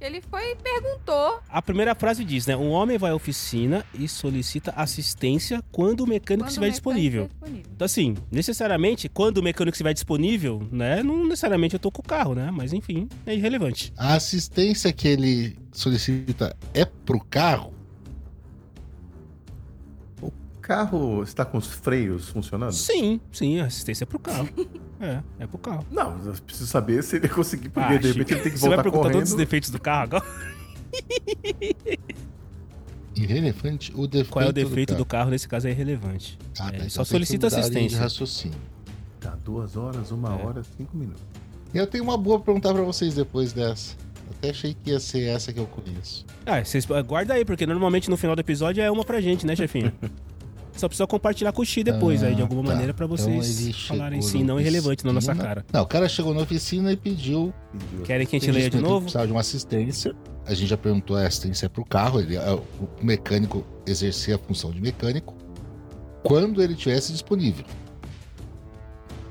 [SPEAKER 4] Ele foi e perguntou.
[SPEAKER 3] A primeira frase diz, né? Um homem vai à oficina e solicita assistência quando o mecânico
[SPEAKER 4] quando
[SPEAKER 3] estiver
[SPEAKER 4] o mecânico
[SPEAKER 3] disponível.
[SPEAKER 4] estiver disponível.
[SPEAKER 3] Então, assim, necessariamente, quando o mecânico estiver disponível, né? Não necessariamente eu tô com o carro, né? Mas enfim, é irrelevante.
[SPEAKER 5] A assistência que ele solicita é pro carro?
[SPEAKER 6] O carro está com os freios funcionando?
[SPEAKER 3] Sim, sim, a assistência é pro carro. é, é pro carro.
[SPEAKER 6] Não, eu preciso saber se ele conseguir, porque
[SPEAKER 3] Ah,
[SPEAKER 6] de repente
[SPEAKER 3] Chico,
[SPEAKER 6] ele tem que
[SPEAKER 3] Você vai
[SPEAKER 6] voltar
[SPEAKER 3] perguntar todos os
[SPEAKER 6] correndo.
[SPEAKER 3] defeitos do carro agora?
[SPEAKER 5] Irrelevante o defeito
[SPEAKER 3] Qual é o defeito do carro? Nesse caso é irrelevante.
[SPEAKER 5] Ah, tá,
[SPEAKER 3] É,
[SPEAKER 5] então
[SPEAKER 3] só
[SPEAKER 5] tem que
[SPEAKER 3] solicita
[SPEAKER 5] mudar a linha
[SPEAKER 3] assistência.
[SPEAKER 5] De raciocínio.
[SPEAKER 6] Tá, duas horas, uma
[SPEAKER 3] É.
[SPEAKER 6] hora, cinco minutos.
[SPEAKER 5] Eu tenho uma boa pra perguntar pra vocês depois dessa. Até achei que ia ser essa que eu conheço.
[SPEAKER 3] Ah, vocês ah, guarda aí, porque normalmente no final do episódio é uma pra gente, né, chefinho? Só precisa compartilhar com o Xi depois
[SPEAKER 5] Ah,
[SPEAKER 3] aí, de alguma
[SPEAKER 5] tá.
[SPEAKER 3] maneira, pra
[SPEAKER 5] Então
[SPEAKER 3] vocês
[SPEAKER 5] ele
[SPEAKER 3] falarem
[SPEAKER 5] chegou
[SPEAKER 3] sim, não irrelevante na nossa
[SPEAKER 5] oficina.
[SPEAKER 3] cara.
[SPEAKER 5] Não, o cara chegou na oficina e pediu.
[SPEAKER 6] Pediu.
[SPEAKER 3] Querem que a gente
[SPEAKER 5] pediu
[SPEAKER 3] leia de
[SPEAKER 5] que
[SPEAKER 3] novo?
[SPEAKER 5] Precisava de uma assistência. A gente já perguntou a assistência pro carro. Ele, o mecânico exercia a função de mecânico quando ele tivesse disponível.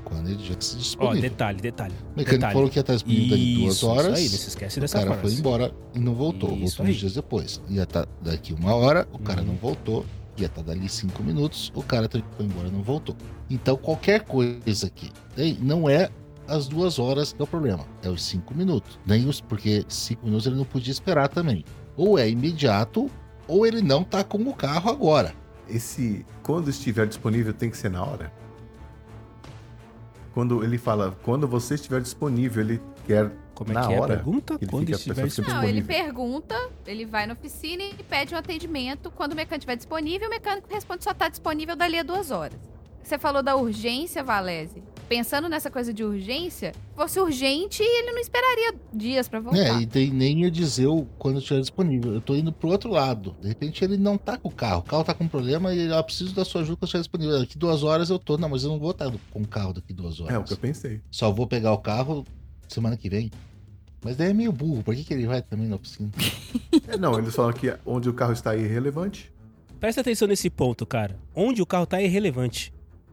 [SPEAKER 5] Quando ele tivesse
[SPEAKER 3] Ó,
[SPEAKER 5] disponível.
[SPEAKER 3] detalhe, detalhe.
[SPEAKER 5] o mecânico
[SPEAKER 3] detalhe.
[SPEAKER 5] falou que ia estar disponível daqui duas
[SPEAKER 3] Isso,
[SPEAKER 5] horas.
[SPEAKER 3] Isso aí, não se esquece
[SPEAKER 5] O
[SPEAKER 3] dessa
[SPEAKER 5] cara foi
[SPEAKER 3] frase.
[SPEAKER 5] embora e não voltou.
[SPEAKER 3] Isso
[SPEAKER 5] voltou
[SPEAKER 3] aí.
[SPEAKER 5] uns dias depois. Ia tá daqui uma hora, o cara
[SPEAKER 3] Uhum.
[SPEAKER 5] não voltou. Ia estar dali cinco minutos, o cara também foi embora e não voltou. Então qualquer coisa aqui hein, não é as duas horas que é o problema. É os cinco minutos. Nem os, porque cinco minutos ele não podia esperar também. Ou é imediato, ou ele não tá com o carro agora.
[SPEAKER 6] Esse quando estiver disponível tem que ser na hora? Quando ele fala, quando você estiver disponível, ele quer.
[SPEAKER 3] Como é
[SPEAKER 6] Na
[SPEAKER 3] que é a
[SPEAKER 6] hora,
[SPEAKER 3] pergunta?
[SPEAKER 6] ele
[SPEAKER 3] Quando
[SPEAKER 6] fica
[SPEAKER 3] estiver
[SPEAKER 6] pensando que
[SPEAKER 3] disponível.
[SPEAKER 4] Não, ele
[SPEAKER 6] disponível.
[SPEAKER 4] pergunta, ele vai na oficina e pede um atendimento. Quando o mecânico estiver disponível, o mecânico responde só tá disponível dali a duas horas. Você falou da urgência, Valese. Pensando nessa coisa de urgência, fosse urgente, ele não esperaria dias pra
[SPEAKER 3] Então
[SPEAKER 4] voltar.
[SPEAKER 3] tá.
[SPEAKER 5] É, e tem, nem ia dizer o quando estiver disponível. Eu tô indo pro outro lado. De repente ele não tá com o carro. O carro tá com problema e ele, ah, preciso da sua ajuda quando estiver disponível. Daqui duas horas eu tô. Não, mas eu não vou estar com o carro daqui duas horas.
[SPEAKER 6] É o que eu pensei.
[SPEAKER 5] Só vou pegar o carro semana que vem. Mas daí é meio burro. Por que, que ele vai também na oficina?
[SPEAKER 6] É, não, eles falam que onde o carro está é irrelevante.
[SPEAKER 3] Presta atenção nesse ponto, cara. Onde o carro tá é irrelevante.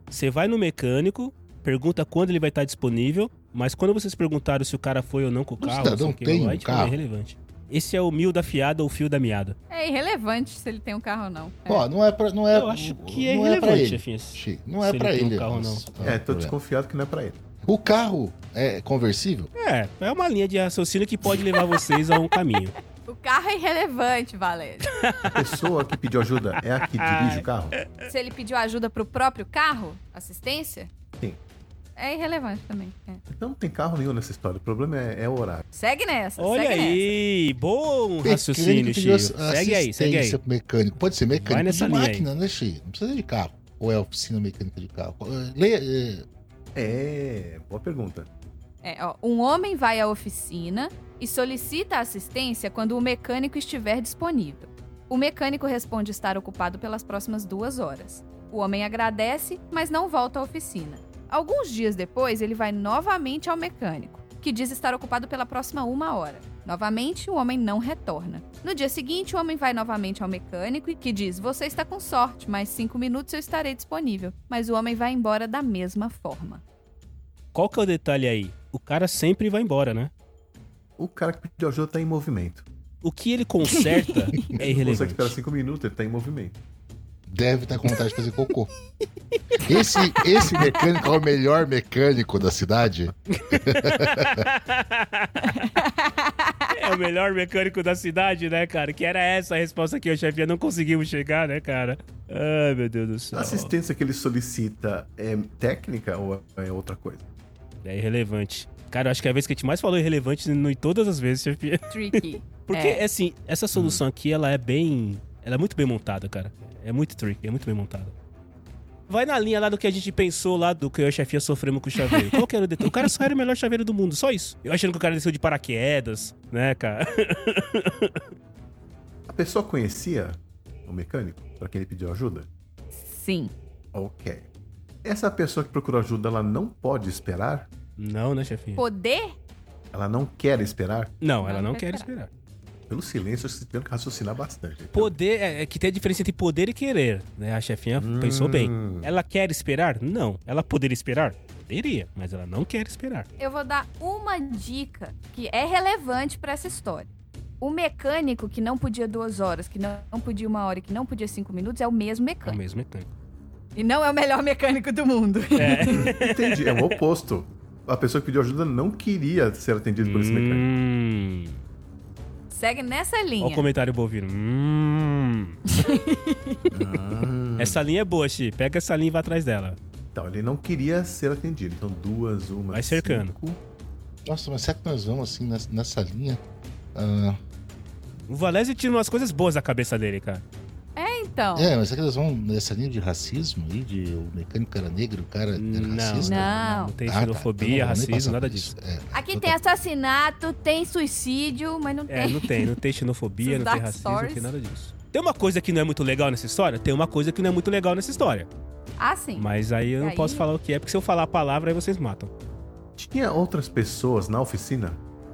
[SPEAKER 3] Você vai no mecânico, pergunta quando ele vai estar disponível, mas quando vocês perguntaram se o cara foi ou não com o
[SPEAKER 5] O
[SPEAKER 3] carro,
[SPEAKER 5] cidadão
[SPEAKER 3] não sei o que,
[SPEAKER 5] tem
[SPEAKER 3] lá,
[SPEAKER 5] um
[SPEAKER 3] tipo,
[SPEAKER 5] carro?
[SPEAKER 3] é irrelevante. Esse é o mil da fiada ou fio da miada.
[SPEAKER 4] É irrelevante se ele tem um carro ou não. É.
[SPEAKER 5] Ó, não é pra. Não é,
[SPEAKER 3] Eu acho que é
[SPEAKER 5] não pra
[SPEAKER 3] irrelevante,
[SPEAKER 5] ele.
[SPEAKER 3] Chefinhas.
[SPEAKER 5] Chi, Não é
[SPEAKER 3] Se ele
[SPEAKER 5] pra
[SPEAKER 3] tem um
[SPEAKER 5] ele.
[SPEAKER 3] carro ou
[SPEAKER 5] nossa, tá
[SPEAKER 6] É,
[SPEAKER 5] no
[SPEAKER 6] tô
[SPEAKER 5] problema.
[SPEAKER 6] desconfiado que não é pra ele.
[SPEAKER 5] O carro é conversível?
[SPEAKER 3] É, é uma linha de raciocínio que pode levar vocês a um caminho.
[SPEAKER 4] O carro é irrelevante, Valério.
[SPEAKER 6] A pessoa que pediu ajuda é a que dirige o carro?
[SPEAKER 4] se ele pediu ajuda pro próprio carro, assistência?
[SPEAKER 6] Sim.
[SPEAKER 4] É irrelevante também. é.
[SPEAKER 6] Então não tem carro nenhum nessa história. O problema é, é o horário.
[SPEAKER 4] Segue nessa,
[SPEAKER 3] Olha
[SPEAKER 4] segue nessa.
[SPEAKER 3] aí, bom
[SPEAKER 5] Tem
[SPEAKER 3] raciocínio,
[SPEAKER 5] clínica que deu
[SPEAKER 3] Chico. Segue aí, segue aí.
[SPEAKER 5] assistência pro mecânico. Pode ser
[SPEAKER 3] Vai
[SPEAKER 5] mecânico
[SPEAKER 3] nessa
[SPEAKER 5] de
[SPEAKER 3] linha aí.
[SPEAKER 5] máquina, né, Chi? Não precisa de carro. Ou é oficina mecânica de carro? Lê, é,
[SPEAKER 6] É, boa pergunta.
[SPEAKER 4] É, ó, um homem vai à oficina e solicita assistência quando o mecânico estiver disponível. O mecânico responde estar ocupado pelas próximas duas horas. O homem agradece, mas não volta à oficina. Alguns dias depois, ele vai novamente ao mecânico, que diz estar ocupado pela próxima uma hora. Novamente, o homem não retorna. No dia seguinte, o homem vai novamente ao mecânico, e que diz: Você está com sorte, mais cinco minutos eu estarei disponível. Mas o homem vai embora da mesma forma.
[SPEAKER 3] Qual que é o detalhe aí? O cara sempre vai embora, né?
[SPEAKER 6] O cara que pediu ajuda tá em movimento.
[SPEAKER 3] O que ele conserta é
[SPEAKER 6] Ele consegue
[SPEAKER 3] irrelevante.
[SPEAKER 6] esperar cinco minutos, ele tá em movimento.
[SPEAKER 5] deve estar com vontade de fazer cocô. Esse, esse mecânico é o melhor mecânico da cidade?
[SPEAKER 3] É o melhor mecânico da cidade, né, cara? Que era essa a resposta que eu, chefia, não conseguimos chegar, né, cara? Ai, meu Deus do céu.
[SPEAKER 6] A assistência que ele solicita é técnica ou é outra coisa?
[SPEAKER 3] É irrelevante. Cara, eu acho que é a vez que a gente mais falou irrelevante no- em todas as vezes, chefia.
[SPEAKER 4] Tricky.
[SPEAKER 3] Porque,
[SPEAKER 4] É.
[SPEAKER 3] assim, essa solução aqui, ela é bem... Ela é muito bem montada, cara. É muito tricky, é muito bem montada. Vai na linha lá do que a gente pensou lá do que eu e a chefia sofremos com o chaveiro. Qual que era o detalhe? O cara só era o melhor chaveiro do mundo, só isso. Eu achando que o cara desceu de paraquedas, né, cara?
[SPEAKER 6] A pessoa conhecia o mecânico pra quem ele pediu ajuda?
[SPEAKER 4] Sim.
[SPEAKER 6] Ok. Essa pessoa que procurou ajuda, ela não pode esperar?
[SPEAKER 3] Não, né, chefinha?
[SPEAKER 4] Poder?
[SPEAKER 6] Ela não quer esperar?
[SPEAKER 3] Não, ela
[SPEAKER 4] Não,
[SPEAKER 3] não
[SPEAKER 4] quer
[SPEAKER 3] quer
[SPEAKER 4] esperar.
[SPEAKER 3] esperar.
[SPEAKER 6] Pelo silêncio, vocês tiveram que raciocinar bastante.
[SPEAKER 3] Poder, é, é que tem a diferença entre poder e querer, né? A chefinha pensou bem.
[SPEAKER 5] Hum.
[SPEAKER 3] Ela quer esperar? Não. Ela poderia esperar? Poderia, mas ela não quer esperar.
[SPEAKER 4] Eu vou dar uma dica que é relevante pra essa história. O mecânico que não podia duas horas, que não não podia uma hora, e que não podia cinco minutos, é o mesmo
[SPEAKER 3] É o
[SPEAKER 4] mecânico.
[SPEAKER 3] mesmo mecânico.
[SPEAKER 4] E não é o melhor mecânico do mundo.
[SPEAKER 6] Entendi, é o oposto. A pessoa que pediu ajuda não queria ser atendida por esse mecânico.
[SPEAKER 3] Hum.
[SPEAKER 4] Segue nessa
[SPEAKER 3] Olha o
[SPEAKER 4] linha.
[SPEAKER 3] comentário bovino. Hum. essa linha é boa, Chi. Pega essa linha e vai atrás dela.
[SPEAKER 6] Então, ele não queria ser atendido. Então, duas, uma,
[SPEAKER 3] Vai cercando.
[SPEAKER 6] cinco.
[SPEAKER 5] Nossa, mas será que nós vamos assim nessa, nessa linha? Ah,
[SPEAKER 3] O Valésio tira umas coisas boas da cabeça dele, cara.
[SPEAKER 4] Então.
[SPEAKER 5] é, mas será que nós vamos nessa linha de racismo aí? De o mecânico era negro, o cara era
[SPEAKER 3] Não,
[SPEAKER 5] racista?
[SPEAKER 4] Não.
[SPEAKER 3] não tem
[SPEAKER 5] É Ah, tá.
[SPEAKER 3] xenofobia,
[SPEAKER 5] Então não vou nem
[SPEAKER 3] racismo,
[SPEAKER 5] passar
[SPEAKER 3] nada
[SPEAKER 5] por
[SPEAKER 3] disso.
[SPEAKER 5] isso. É.
[SPEAKER 4] Aqui tem assassinato, tem suicídio, mas não
[SPEAKER 3] É,
[SPEAKER 4] tem.
[SPEAKER 3] não tem, não tem xenofobia,
[SPEAKER 4] Esses
[SPEAKER 3] não tem
[SPEAKER 4] dark
[SPEAKER 3] racismo, não tem
[SPEAKER 4] stories.
[SPEAKER 3] nada disso. Tem uma coisa que não é muito legal nessa história? Tem uma coisa que não é muito legal nessa história.
[SPEAKER 4] Ah, sim.
[SPEAKER 3] Mas aí eu
[SPEAKER 4] E
[SPEAKER 3] não
[SPEAKER 4] aí?
[SPEAKER 3] posso falar o que é, porque se eu falar a palavra, aí vocês matam.
[SPEAKER 6] Tinha outras pessoas na oficina?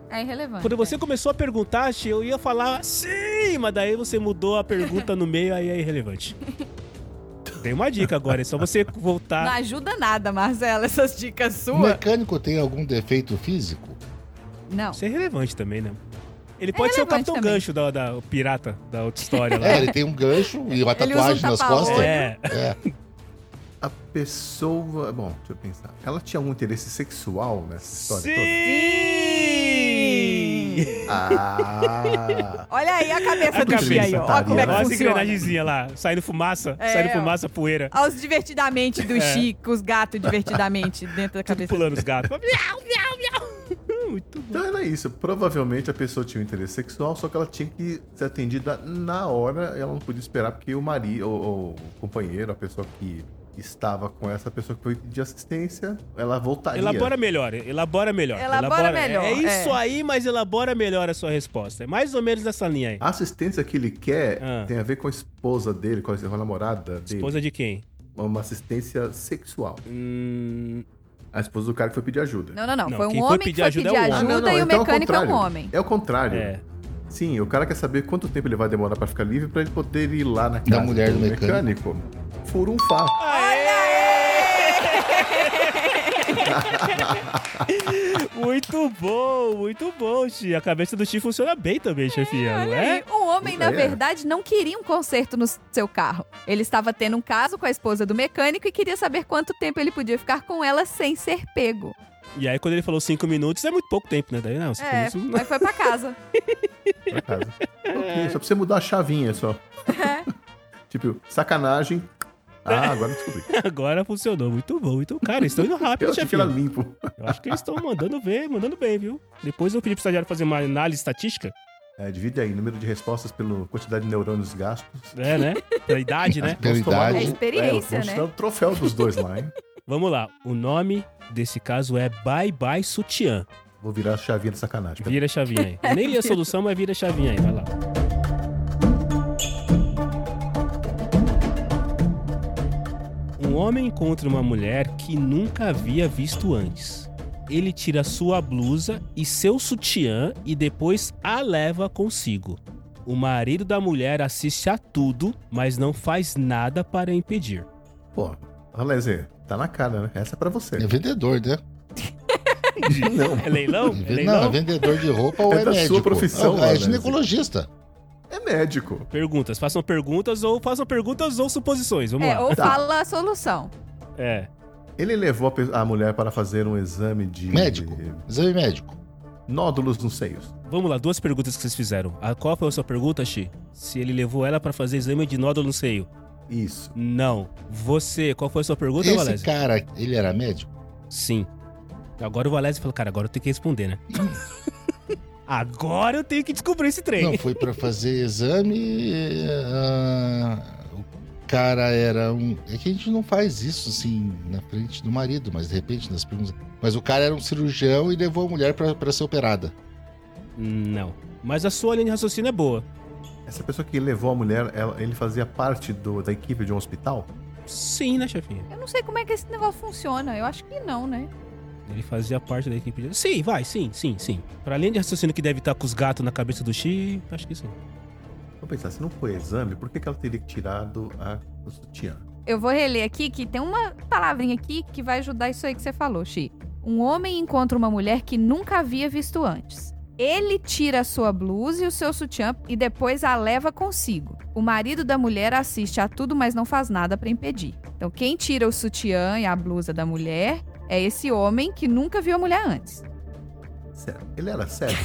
[SPEAKER 4] É irrelevante.
[SPEAKER 3] Quando você
[SPEAKER 4] é.
[SPEAKER 3] começou a perguntar, Chi, eu ia falar sim, mas daí você mudou a pergunta no meio, aí é irrelevante. Tem uma dica agora, é só você
[SPEAKER 8] Não
[SPEAKER 3] voltar.
[SPEAKER 8] ajuda nada, Marcela, essas dicas
[SPEAKER 3] Então,
[SPEAKER 5] O
[SPEAKER 8] suas.
[SPEAKER 5] mecânico tem algum defeito físico?
[SPEAKER 4] Não.
[SPEAKER 3] Isso é relevante também, né? Ele pode ser o
[SPEAKER 4] relevante
[SPEAKER 3] Capitão
[SPEAKER 4] também.
[SPEAKER 3] Gancho da, da- o pirata da outra história lá.
[SPEAKER 5] É, ele tem um gancho e
[SPEAKER 8] Ele usa
[SPEAKER 5] uma
[SPEAKER 8] um
[SPEAKER 5] tatuagem nas
[SPEAKER 8] tapa-olho.
[SPEAKER 5] costas.
[SPEAKER 3] É,
[SPEAKER 5] É.
[SPEAKER 6] A pessoa. Bom, deixa eu pensar. Ela tinha algum interesse sexual nessa história
[SPEAKER 3] Sim!
[SPEAKER 6] toda? Ah!
[SPEAKER 8] Olha aí a cabeça
[SPEAKER 3] A tá
[SPEAKER 8] do Chi aí, ó. Ó como é
[SPEAKER 3] Olha
[SPEAKER 6] cabeça.
[SPEAKER 8] que
[SPEAKER 3] essa
[SPEAKER 8] funciona.
[SPEAKER 3] engrenagemzinha lá, saindo fumaça,
[SPEAKER 8] É,
[SPEAKER 3] saindo
[SPEAKER 8] ó.
[SPEAKER 3] fumaça, poeira,
[SPEAKER 8] Olha os divertidamente do
[SPEAKER 3] É.
[SPEAKER 8] Chico, os gatos divertidamente dentro da cabeça.
[SPEAKER 3] pulando os gatos. Miau, miau, miau. Muito bom.
[SPEAKER 6] Então era isso. Provavelmente a pessoa tinha um interesse sexual, só que ela tinha que ser atendida na hora. Ela não podia esperar, porque o marido, ou, ou o companheiro, a pessoa que estava com essa pessoa que foi pedir assistência, ela voltaria.
[SPEAKER 3] Elabora melhor, elabora melhor.
[SPEAKER 4] Elabora melhor,
[SPEAKER 3] É isso
[SPEAKER 4] é.
[SPEAKER 3] aí, mas elabora melhor a sua resposta. É mais ou menos nessa linha aí.
[SPEAKER 6] A assistência que ele quer
[SPEAKER 3] Ah.
[SPEAKER 6] tem a ver com a esposa dele, com a com a namorada dele.
[SPEAKER 3] Esposa de quem?
[SPEAKER 6] Uma assistência sexual.
[SPEAKER 3] Hum,
[SPEAKER 6] A esposa do cara que foi pedir ajuda.
[SPEAKER 4] Não, não, não.
[SPEAKER 3] Não,
[SPEAKER 4] Foi um
[SPEAKER 3] quem foi
[SPEAKER 4] homem
[SPEAKER 3] pedir
[SPEAKER 4] que foi
[SPEAKER 3] ajuda
[SPEAKER 4] pedir
[SPEAKER 3] é o homem.
[SPEAKER 4] ajuda,
[SPEAKER 3] Ah,
[SPEAKER 4] e o
[SPEAKER 6] então é
[SPEAKER 4] mecânico é um
[SPEAKER 6] contrário.
[SPEAKER 4] homem.
[SPEAKER 6] É o contrário.
[SPEAKER 3] é.
[SPEAKER 6] Sim, o cara quer saber quanto tempo ele vai demorar pra ficar livre pra ele poder ir lá na casa
[SPEAKER 5] Da mulher do mecânico.
[SPEAKER 6] mecânico. um Furunfar.
[SPEAKER 3] Muito bom, muito bom, Xi. A cabeça do Xi funciona bem também, chefia, não
[SPEAKER 4] Olha
[SPEAKER 3] é?
[SPEAKER 4] aí, o Um homem, na
[SPEAKER 6] É.
[SPEAKER 4] verdade, não queria um conserto no seu carro. Ele estava tendo um caso com a esposa do mecânico e queria saber quanto tempo ele podia ficar com ela sem ser pego.
[SPEAKER 3] E aí, quando ele falou cinco minutos, é muito pouco tempo, né? Daí, não, cinco
[SPEAKER 4] É,
[SPEAKER 3] minutos não-
[SPEAKER 4] mas foi pra casa.
[SPEAKER 6] pra casa.
[SPEAKER 4] É.
[SPEAKER 6] Ok, só pra você mudar a chavinha só. tipo, sacanagem. Ah, agora descobri.
[SPEAKER 3] É agora funcionou. Muito bom, muito Cara, eles estão indo
[SPEAKER 6] Eu
[SPEAKER 3] rápido,
[SPEAKER 6] achei que era
[SPEAKER 3] chefinha.
[SPEAKER 6] limpo.
[SPEAKER 3] Eu acho que eles estão mandando ver, mandando bem, viu? Depois eu pedi pro estagiário fazer uma análise estatística.
[SPEAKER 6] É, divide aí, número de respostas pela quantidade de neurônios gastos.
[SPEAKER 3] É, né? Da idade, né?
[SPEAKER 5] Pela
[SPEAKER 6] Vamos tomar
[SPEAKER 5] idade.
[SPEAKER 4] É
[SPEAKER 6] no-
[SPEAKER 4] experiência,
[SPEAKER 6] é,
[SPEAKER 4] né?
[SPEAKER 6] vamos tirar o troféu dos dois lá, hein?
[SPEAKER 3] Vamos lá. O nome desse caso é Bye Bye Sutiã.
[SPEAKER 6] Vou virar a chavinha de sacanagem.
[SPEAKER 3] Vira a chavinha aí. Nem li a solução, mas vira a chavinha aí. Vai lá. Um homem encontra uma mulher que nunca havia visto antes. Ele tira sua blusa e seu sutiã e depois a leva consigo. O marido da mulher assiste a tudo, mas não faz nada para impedir.
[SPEAKER 6] Pô, Alese, tá na cara, né? Essa é pra você.
[SPEAKER 5] É vendedor, né?
[SPEAKER 6] Não.
[SPEAKER 3] É leilão? É
[SPEAKER 5] Não,
[SPEAKER 3] leilão?
[SPEAKER 5] é vendedor de roupa ou
[SPEAKER 6] É
[SPEAKER 5] é,
[SPEAKER 6] da sua
[SPEAKER 5] médico.
[SPEAKER 6] profissão,
[SPEAKER 5] é, é
[SPEAKER 6] Alex.
[SPEAKER 5] ginecologista.
[SPEAKER 6] É médico.
[SPEAKER 3] Perguntas, façam perguntas ou façam perguntas ou suposições. Vamos
[SPEAKER 4] É,
[SPEAKER 3] lá.
[SPEAKER 4] ou
[SPEAKER 6] Tá.
[SPEAKER 4] fala a solução.
[SPEAKER 3] É.
[SPEAKER 6] Ele levou a pe- a, mulher para fazer um exame de.
[SPEAKER 5] Médico. Exame é médico.
[SPEAKER 6] Nódulos nos seios.
[SPEAKER 3] Vamos lá, duas perguntas que vocês fizeram. A qual foi a sua pergunta, Xi? Se ele levou ela pra fazer exame de nódulo no seio?
[SPEAKER 6] Isso.
[SPEAKER 3] Não. Você, qual foi a sua pergunta,
[SPEAKER 5] Esse
[SPEAKER 3] Valézio?
[SPEAKER 5] cara, ele era médico?
[SPEAKER 3] Sim. Agora o Valézio falou, cara, agora eu tenho que responder, né? agora eu tenho que descobrir esse trem.
[SPEAKER 5] Não, foi pra fazer exame. ah, o cara era um. É que a gente não faz isso assim na frente do marido, mas de repente nas perguntas. Mas o cara era um cirurgião e levou a mulher pra, pra ser operada.
[SPEAKER 3] Não. Mas a sua linha de raciocínio é boa.
[SPEAKER 6] Essa pessoa que levou a mulher, ela- ele fazia parte do- da equipe de um hospital?
[SPEAKER 3] Sim, né, chefinha?
[SPEAKER 4] Eu não sei como é que esse negócio funciona. Eu acho que não, né?
[SPEAKER 3] Ele fazia parte da equipe de... Sim, vai, sim, sim, sim. Pra linha de raciocínio que deve estar com os gatos na cabeça do Xi, acho que sim.
[SPEAKER 6] Vou pensar, se não foi exame, por que, que ela teria tirado a, o sutiã?
[SPEAKER 4] Eu vou reler aqui que tem uma palavrinha aqui que vai ajudar isso aí que você falou, Chi. Um homem encontra uma mulher que nunca havia visto antes. Ele tira a sua blusa e o seu sutiã e depois a leva consigo. O marido da mulher assiste a tudo, mas não faz nada pra impedir. Então, quem tira o sutiã e a blusa da mulher é esse homem que nunca viu a mulher antes.
[SPEAKER 6] Sério. Ele era sério?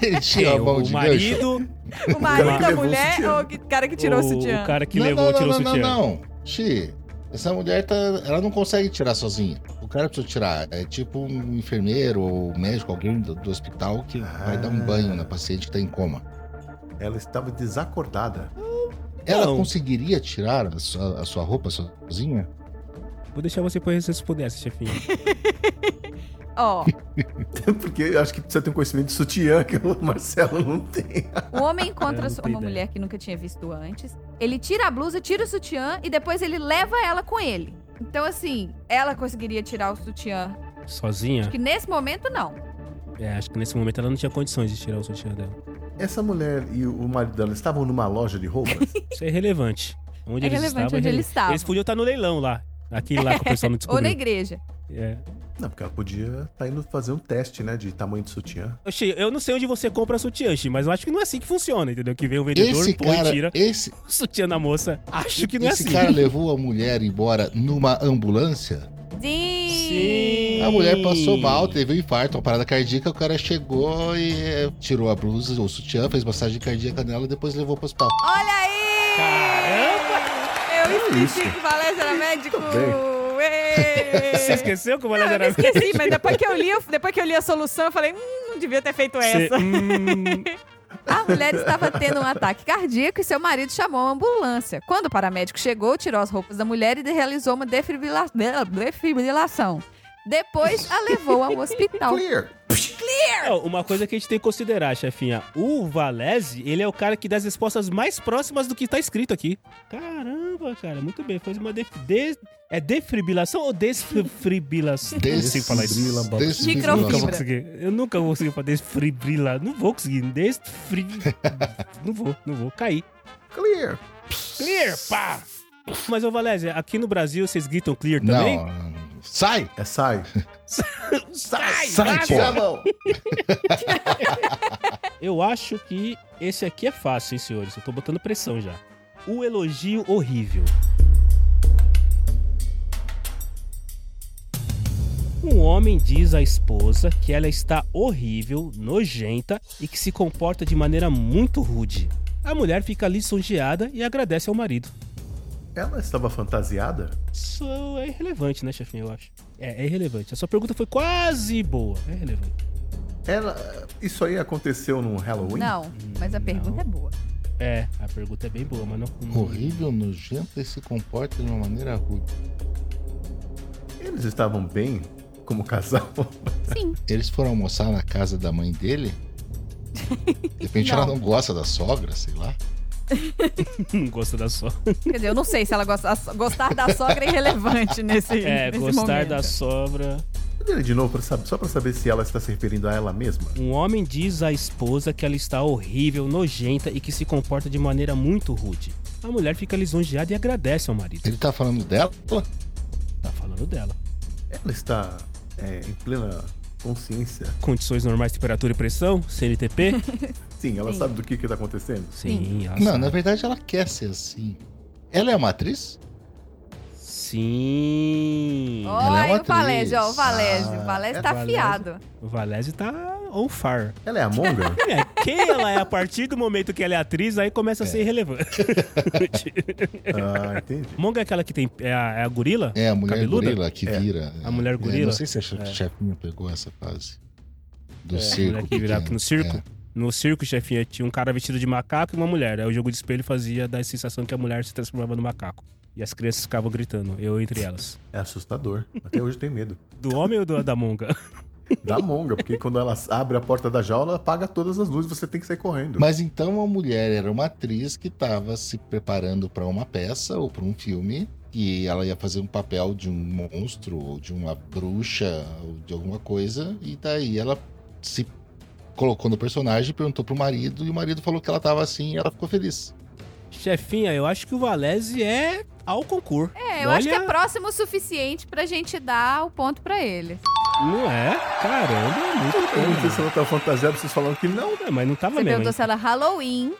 [SPEAKER 5] Ele tinha a
[SPEAKER 3] Quem?
[SPEAKER 5] mão
[SPEAKER 3] É, o
[SPEAKER 5] de gancho.
[SPEAKER 3] marido,
[SPEAKER 8] O marido
[SPEAKER 6] que
[SPEAKER 8] da
[SPEAKER 6] levou o
[SPEAKER 8] mulher
[SPEAKER 6] sutiã.
[SPEAKER 4] é
[SPEAKER 8] ou o cara que tirou o,
[SPEAKER 3] o,
[SPEAKER 8] sutiã?
[SPEAKER 3] o cara que
[SPEAKER 5] não,
[SPEAKER 3] levou,
[SPEAKER 5] não,
[SPEAKER 3] tirou
[SPEAKER 5] não,
[SPEAKER 3] o
[SPEAKER 5] não,
[SPEAKER 3] sutiã.
[SPEAKER 5] não, não. Xi, essa mulher tá. Ela não consegue tirar sozinha. O cara precisa tirar. É tipo um enfermeiro ou médico, alguém do, do hospital que vai dar um
[SPEAKER 6] Ah.
[SPEAKER 5] banho na paciente que tá em coma.
[SPEAKER 6] ela estava desacordada.
[SPEAKER 5] Ela
[SPEAKER 3] Não.
[SPEAKER 5] conseguiria tirar a sua- a sua roupa sozinha?
[SPEAKER 3] Vou deixar você pra se pudesse, chefinho.
[SPEAKER 4] Ó,
[SPEAKER 6] Porque eu acho que precisa ter um conhecimento de sutiã que o Marcelo não tem.
[SPEAKER 4] o homem encontra
[SPEAKER 3] Eu não
[SPEAKER 4] sua-
[SPEAKER 3] tenho
[SPEAKER 4] uma
[SPEAKER 3] ideia.
[SPEAKER 4] mulher que nunca tinha visto antes. Ele tira a blusa, tira o sutiã e depois ele leva ela com ele. Então, assim, ela conseguiria tirar o sutiã.
[SPEAKER 3] Sozinha?
[SPEAKER 4] Acho que nesse momento, não.
[SPEAKER 3] É, acho que nesse momento ela não tinha condições de tirar o sutiã dela.
[SPEAKER 6] Essa mulher e o marido dela estavam numa loja de roupas?
[SPEAKER 3] Isso é irrelevante. Onde
[SPEAKER 4] É
[SPEAKER 3] eles
[SPEAKER 4] relevante
[SPEAKER 3] estavam,
[SPEAKER 4] onde
[SPEAKER 3] é
[SPEAKER 4] eles estavam.
[SPEAKER 3] Eles podiam estar no leilão lá. Aquele lá que o pessoal não
[SPEAKER 4] Ou na
[SPEAKER 3] descobriu.
[SPEAKER 4] igreja.
[SPEAKER 3] É.
[SPEAKER 6] não, porque ela podia estar indo fazer um teste, né, de tamanho de sutiã.
[SPEAKER 3] Oxi, eu não sei onde você compra sutiã, Xi, mas eu acho que não é assim que funciona, entendeu? Que vem o vendedor,
[SPEAKER 5] Esse
[SPEAKER 3] põe,
[SPEAKER 5] cara,
[SPEAKER 3] tira
[SPEAKER 5] esse,
[SPEAKER 3] o sutiã na moça. Acho que não é
[SPEAKER 5] esse
[SPEAKER 3] assim.
[SPEAKER 5] cara levou a mulher embora numa ambulância.
[SPEAKER 3] Sim.
[SPEAKER 5] A mulher passou mal, teve um infarto, uma parada cardíaca. O cara chegou e eh, tirou a blusa ou sutiã, fez massagem cardíaca nela e depois levou pro hospital.
[SPEAKER 8] Olha aí!
[SPEAKER 3] Caramba! é
[SPEAKER 8] Eu
[SPEAKER 6] Que
[SPEAKER 8] esqueci que o Valézio era médico!
[SPEAKER 6] Tô bem.
[SPEAKER 8] Ê!
[SPEAKER 3] Você esqueceu como ela
[SPEAKER 8] Não, eu não
[SPEAKER 3] era...
[SPEAKER 8] esqueci, mas depois que, eu li, eu- depois que eu li a solução, eu falei, hum, não devia ter feito
[SPEAKER 3] Você-
[SPEAKER 8] essa.
[SPEAKER 3] Hum,
[SPEAKER 4] A mulher estava tendo um ataque cardíaco e seu marido chamou a ambulância. Quando o paramédico chegou, tirou as roupas da mulher e realizou uma defibrila- defibrilação. Depois a levou ao hospital.
[SPEAKER 6] Clear!
[SPEAKER 4] clear!
[SPEAKER 3] Não, uma coisa que a gente tem que considerar, chefinha. O Valese, ele é o cara que dá as respostas mais próximas do que tá escrito aqui. Caramba, cara, muito bem. Fez uma def... de- É defibrilação ou desfibrilação? Eu não sei falar isso.
[SPEAKER 6] Desfibrila-
[SPEAKER 5] Desfibrila-
[SPEAKER 3] Nunca vou
[SPEAKER 4] Microfibra.
[SPEAKER 3] conseguir. Eu nunca vou conseguir falar desfibrilar. Não vou conseguir. Desfri... não vou, não vou. Caí.
[SPEAKER 6] Clear.
[SPEAKER 3] Clear, pá! Mas, ô Valézia, aqui no Brasil vocês gritam clear também?
[SPEAKER 5] Não.
[SPEAKER 3] né?
[SPEAKER 5] Sai!
[SPEAKER 6] É sai.
[SPEAKER 3] Sai!
[SPEAKER 5] Sai,
[SPEAKER 6] Tira a
[SPEAKER 5] pô!
[SPEAKER 6] mão.
[SPEAKER 3] Eu acho que esse aqui é fácil, hein, senhores? Eu tô botando pressão já. O elogio horrível. Um homem diz à esposa que ela está horrível, nojenta e que se comporta de maneira muito rude. A mulher fica lisonjeada e agradece ao marido.
[SPEAKER 6] Ela estava fantasiada?
[SPEAKER 3] Isso é irrelevante, né, chefinho? Eu acho. É, é irrelevante. A sua pergunta foi quase boa. É irrelevante.
[SPEAKER 6] Ela. Isso aí aconteceu no Halloween?
[SPEAKER 4] Não, mas a pergunta é boa.
[SPEAKER 3] É, a pergunta é bem boa, mas não. não-
[SPEAKER 5] Horrível, nojenta e se comporta de uma maneira rude.
[SPEAKER 6] Eles estavam bem como casal.
[SPEAKER 4] Sim.
[SPEAKER 5] Eles foram almoçar na casa da mãe dele? De repente ela não gosta da sogra, sei lá.
[SPEAKER 3] não gosta da sua.
[SPEAKER 4] Quer dizer, eu não sei se ela gosta, a- gostar da sogra é irrelevante nesse.
[SPEAKER 3] É,
[SPEAKER 4] nesse
[SPEAKER 3] gostar
[SPEAKER 4] momento.
[SPEAKER 3] da sobra.
[SPEAKER 6] Cadê ele de novo, pra sab- só pra saber se ela está se referindo a ela mesma?
[SPEAKER 3] Um homem diz à esposa que ela está horrível, nojenta e que se comporta de maneira muito rude. A mulher fica lisonjeada e agradece ao marido.
[SPEAKER 5] Ele tá falando dela?
[SPEAKER 3] Tá falando dela.
[SPEAKER 6] Ela está é, em plena consciência.
[SPEAKER 3] Condições normais, temperatura e pressão? CNTP?
[SPEAKER 6] Sim, ela sabe do que está acontecendo.
[SPEAKER 3] Sim, ela
[SPEAKER 5] Não,
[SPEAKER 3] Ah,
[SPEAKER 5] é
[SPEAKER 3] sabe.
[SPEAKER 5] na verdade ela quer ser assim. Ela é uma atriz?
[SPEAKER 3] Sim.
[SPEAKER 4] Ó,
[SPEAKER 5] Ela é
[SPEAKER 4] aí
[SPEAKER 5] uma
[SPEAKER 4] o Valésio, ó, o
[SPEAKER 5] atriz.
[SPEAKER 4] Valésio. O Valésio
[SPEAKER 6] é
[SPEAKER 4] tá
[SPEAKER 3] Valésio.
[SPEAKER 4] afiado.
[SPEAKER 3] O Valese tá on fire.
[SPEAKER 6] Ela é a Monga?
[SPEAKER 3] É, quem ela é a partir do momento que ela é atriz, aí começa a ser irrelevante.
[SPEAKER 6] ah, entendi.
[SPEAKER 3] Monga é aquela que tem. É a, é a gorila?
[SPEAKER 5] É, a mulher
[SPEAKER 3] Cabeluda?
[SPEAKER 5] gorila que
[SPEAKER 6] É.
[SPEAKER 5] vira.
[SPEAKER 3] A mulher
[SPEAKER 5] É,
[SPEAKER 3] gorila?
[SPEAKER 5] não sei se a che- chefinha pegou essa fase. Do circo.
[SPEAKER 3] É, Mulher que virava
[SPEAKER 5] pequeno.
[SPEAKER 3] no circo.
[SPEAKER 5] É.
[SPEAKER 3] No circo, chefinha, tinha um cara vestido de macaco e uma mulher. Aí o jogo de espelho fazia dar a sensação que a mulher se transformava no macaco. E as crianças ficavam gritando, eu entre elas.
[SPEAKER 6] É assustador. Até hoje eu tenho medo.
[SPEAKER 3] Do homem ou do, da monga?
[SPEAKER 6] Da Monga, porque quando ela abre a porta da jaula, ela apaga todas as luzes você tem que sair correndo.
[SPEAKER 5] Mas então a mulher era uma atriz que estava se preparando para uma peça ou para um filme e ela ia fazer um papel de um monstro ou de uma bruxa ou de alguma coisa e daí ela se colocou no personagem, perguntou pro marido e o marido falou que ela tava assim e ela ficou feliz.
[SPEAKER 3] chefinha, eu acho que o Valese é ao concurso.
[SPEAKER 4] É, eu acho que é próximo o suficiente pra gente dar o ponto pra ele.
[SPEAKER 3] Não é? Caramba, é muito
[SPEAKER 6] Eu não sei se
[SPEAKER 3] bom.
[SPEAKER 6] ela tá fantasiada, vocês falaram que não.
[SPEAKER 3] É, mas não tava
[SPEAKER 4] Você
[SPEAKER 3] mesmo.
[SPEAKER 4] perguntou se ela é Halloween.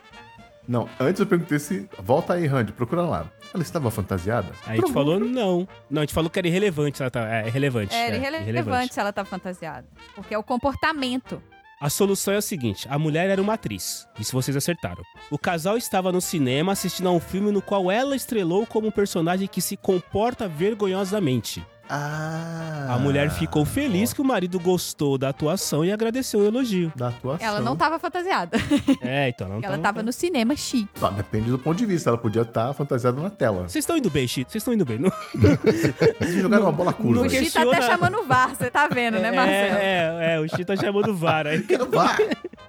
[SPEAKER 6] Não, antes eu perguntei se. Volta aí, Randy, procura lá. Ela estava fantasiada?
[SPEAKER 3] Aí a gente falou não. Não, a gente falou que era irrelevante. ela tava- É, irrelevante.
[SPEAKER 4] É,
[SPEAKER 3] é,
[SPEAKER 4] irrelevante se ela tá fantasiada. Porque é o comportamento.
[SPEAKER 3] A solução é a seguinte: a mulher era uma atriz. Isso vocês acertaram. O casal estava no cinema assistindo a um filme no qual ela estrelou como um personagem que se comporta vergonhosamente.
[SPEAKER 6] Ah.
[SPEAKER 3] a mulher ficou feliz que o marido gostou da atuação e agradeceu o elogio.
[SPEAKER 6] Da atuação.
[SPEAKER 4] Ela não tá. tava fantasiada.
[SPEAKER 3] é, então ela não
[SPEAKER 4] Ela
[SPEAKER 3] tá-
[SPEAKER 4] tava no cinema chique.
[SPEAKER 6] Só Tá, depende do ponto de vista. Ela podia estar fantasiada na tela.
[SPEAKER 3] Vocês estão indo bem, Chi. Vocês estão indo bem. Não,
[SPEAKER 6] Vocês jogaram uma bola curva.
[SPEAKER 3] não
[SPEAKER 4] O
[SPEAKER 6] aí.
[SPEAKER 4] Chi tá até
[SPEAKER 3] questiona-
[SPEAKER 4] chamando o VAR, você tá vendo, né, Marcelo?
[SPEAKER 3] é, é, é, o Chi tá chamando o VAR aí.
[SPEAKER 6] Vá!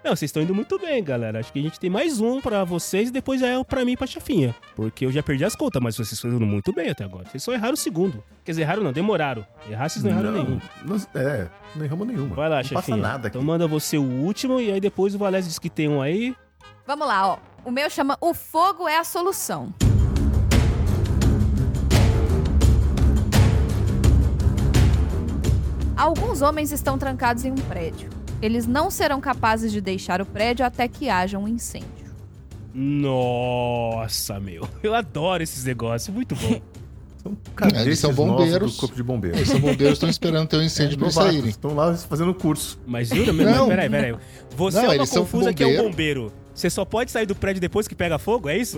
[SPEAKER 3] Não, vocês estão indo muito bem, galera. Acho que a gente tem mais um pra vocês e depois já é o pra mim e pra chefinha. Porque eu já perdi as contas, mas vocês estão indo muito bem até agora. Vocês só erraram o segundo. Quer dizer, erraram não, demoraram. Errar, vocês não erraram nenhum.
[SPEAKER 6] nós- é, não erramos nenhuma.
[SPEAKER 3] Vai lá,
[SPEAKER 6] não
[SPEAKER 3] chefinha.
[SPEAKER 6] passa nada aqui.
[SPEAKER 3] Então manda você o último e aí depois o Valés diz que tem um aí.
[SPEAKER 4] Vamos lá, ó. O meu chama O Fogo é a Solução. Alguns homens estão trancados em um prédio. Eles não serão capazes de deixar o prédio até que haja um incêndio.
[SPEAKER 3] Nossa, meu. Eu adoro esses negócios, muito bom.
[SPEAKER 6] São
[SPEAKER 5] Eles são
[SPEAKER 6] cadetes novos
[SPEAKER 5] bombeiros.
[SPEAKER 6] do corpo de bombeiros.
[SPEAKER 5] Esses bombeiros estão esperando ter um incêndio pra eles
[SPEAKER 6] Novatos,
[SPEAKER 5] saírem.
[SPEAKER 6] Estão lá fazendo curso.
[SPEAKER 3] Mas juro mesmo,
[SPEAKER 5] Não.
[SPEAKER 3] peraí, peraí. Você
[SPEAKER 5] Não,
[SPEAKER 3] é uma
[SPEAKER 5] eles são
[SPEAKER 3] confusa que é um bombeiro. Você só pode sair do prédio depois que pega fogo, é isso?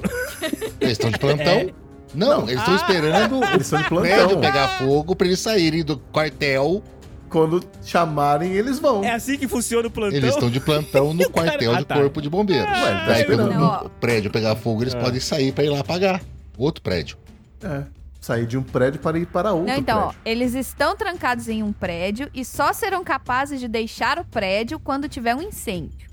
[SPEAKER 5] Eles estão de plantão?
[SPEAKER 3] É.
[SPEAKER 5] Não, eles estão
[SPEAKER 3] Ah.
[SPEAKER 5] esperando o
[SPEAKER 6] Eles são de
[SPEAKER 5] prédio
[SPEAKER 6] plantão.
[SPEAKER 5] pegar fogo pra eles saírem do quartel.
[SPEAKER 6] Quando chamarem, eles vão.
[SPEAKER 3] É assim que funciona o plantão?
[SPEAKER 5] Eles estão de plantão no
[SPEAKER 3] cara-
[SPEAKER 5] quartel
[SPEAKER 3] Ah,
[SPEAKER 5] do
[SPEAKER 3] tá.
[SPEAKER 5] Corpo de Bombeiros.
[SPEAKER 6] Ué, ele tá
[SPEAKER 5] Daí, quando
[SPEAKER 6] esperando.
[SPEAKER 5] o prédio pegar fogo, eles podem sair pra ir lá apagar. Outro prédio.
[SPEAKER 6] É. sair de um prédio para ir para outro
[SPEAKER 4] Não, então, ó,
[SPEAKER 6] prédio.
[SPEAKER 4] eles estão trancados em um prédio e só serão capazes de deixar o prédio quando tiver um incêndio.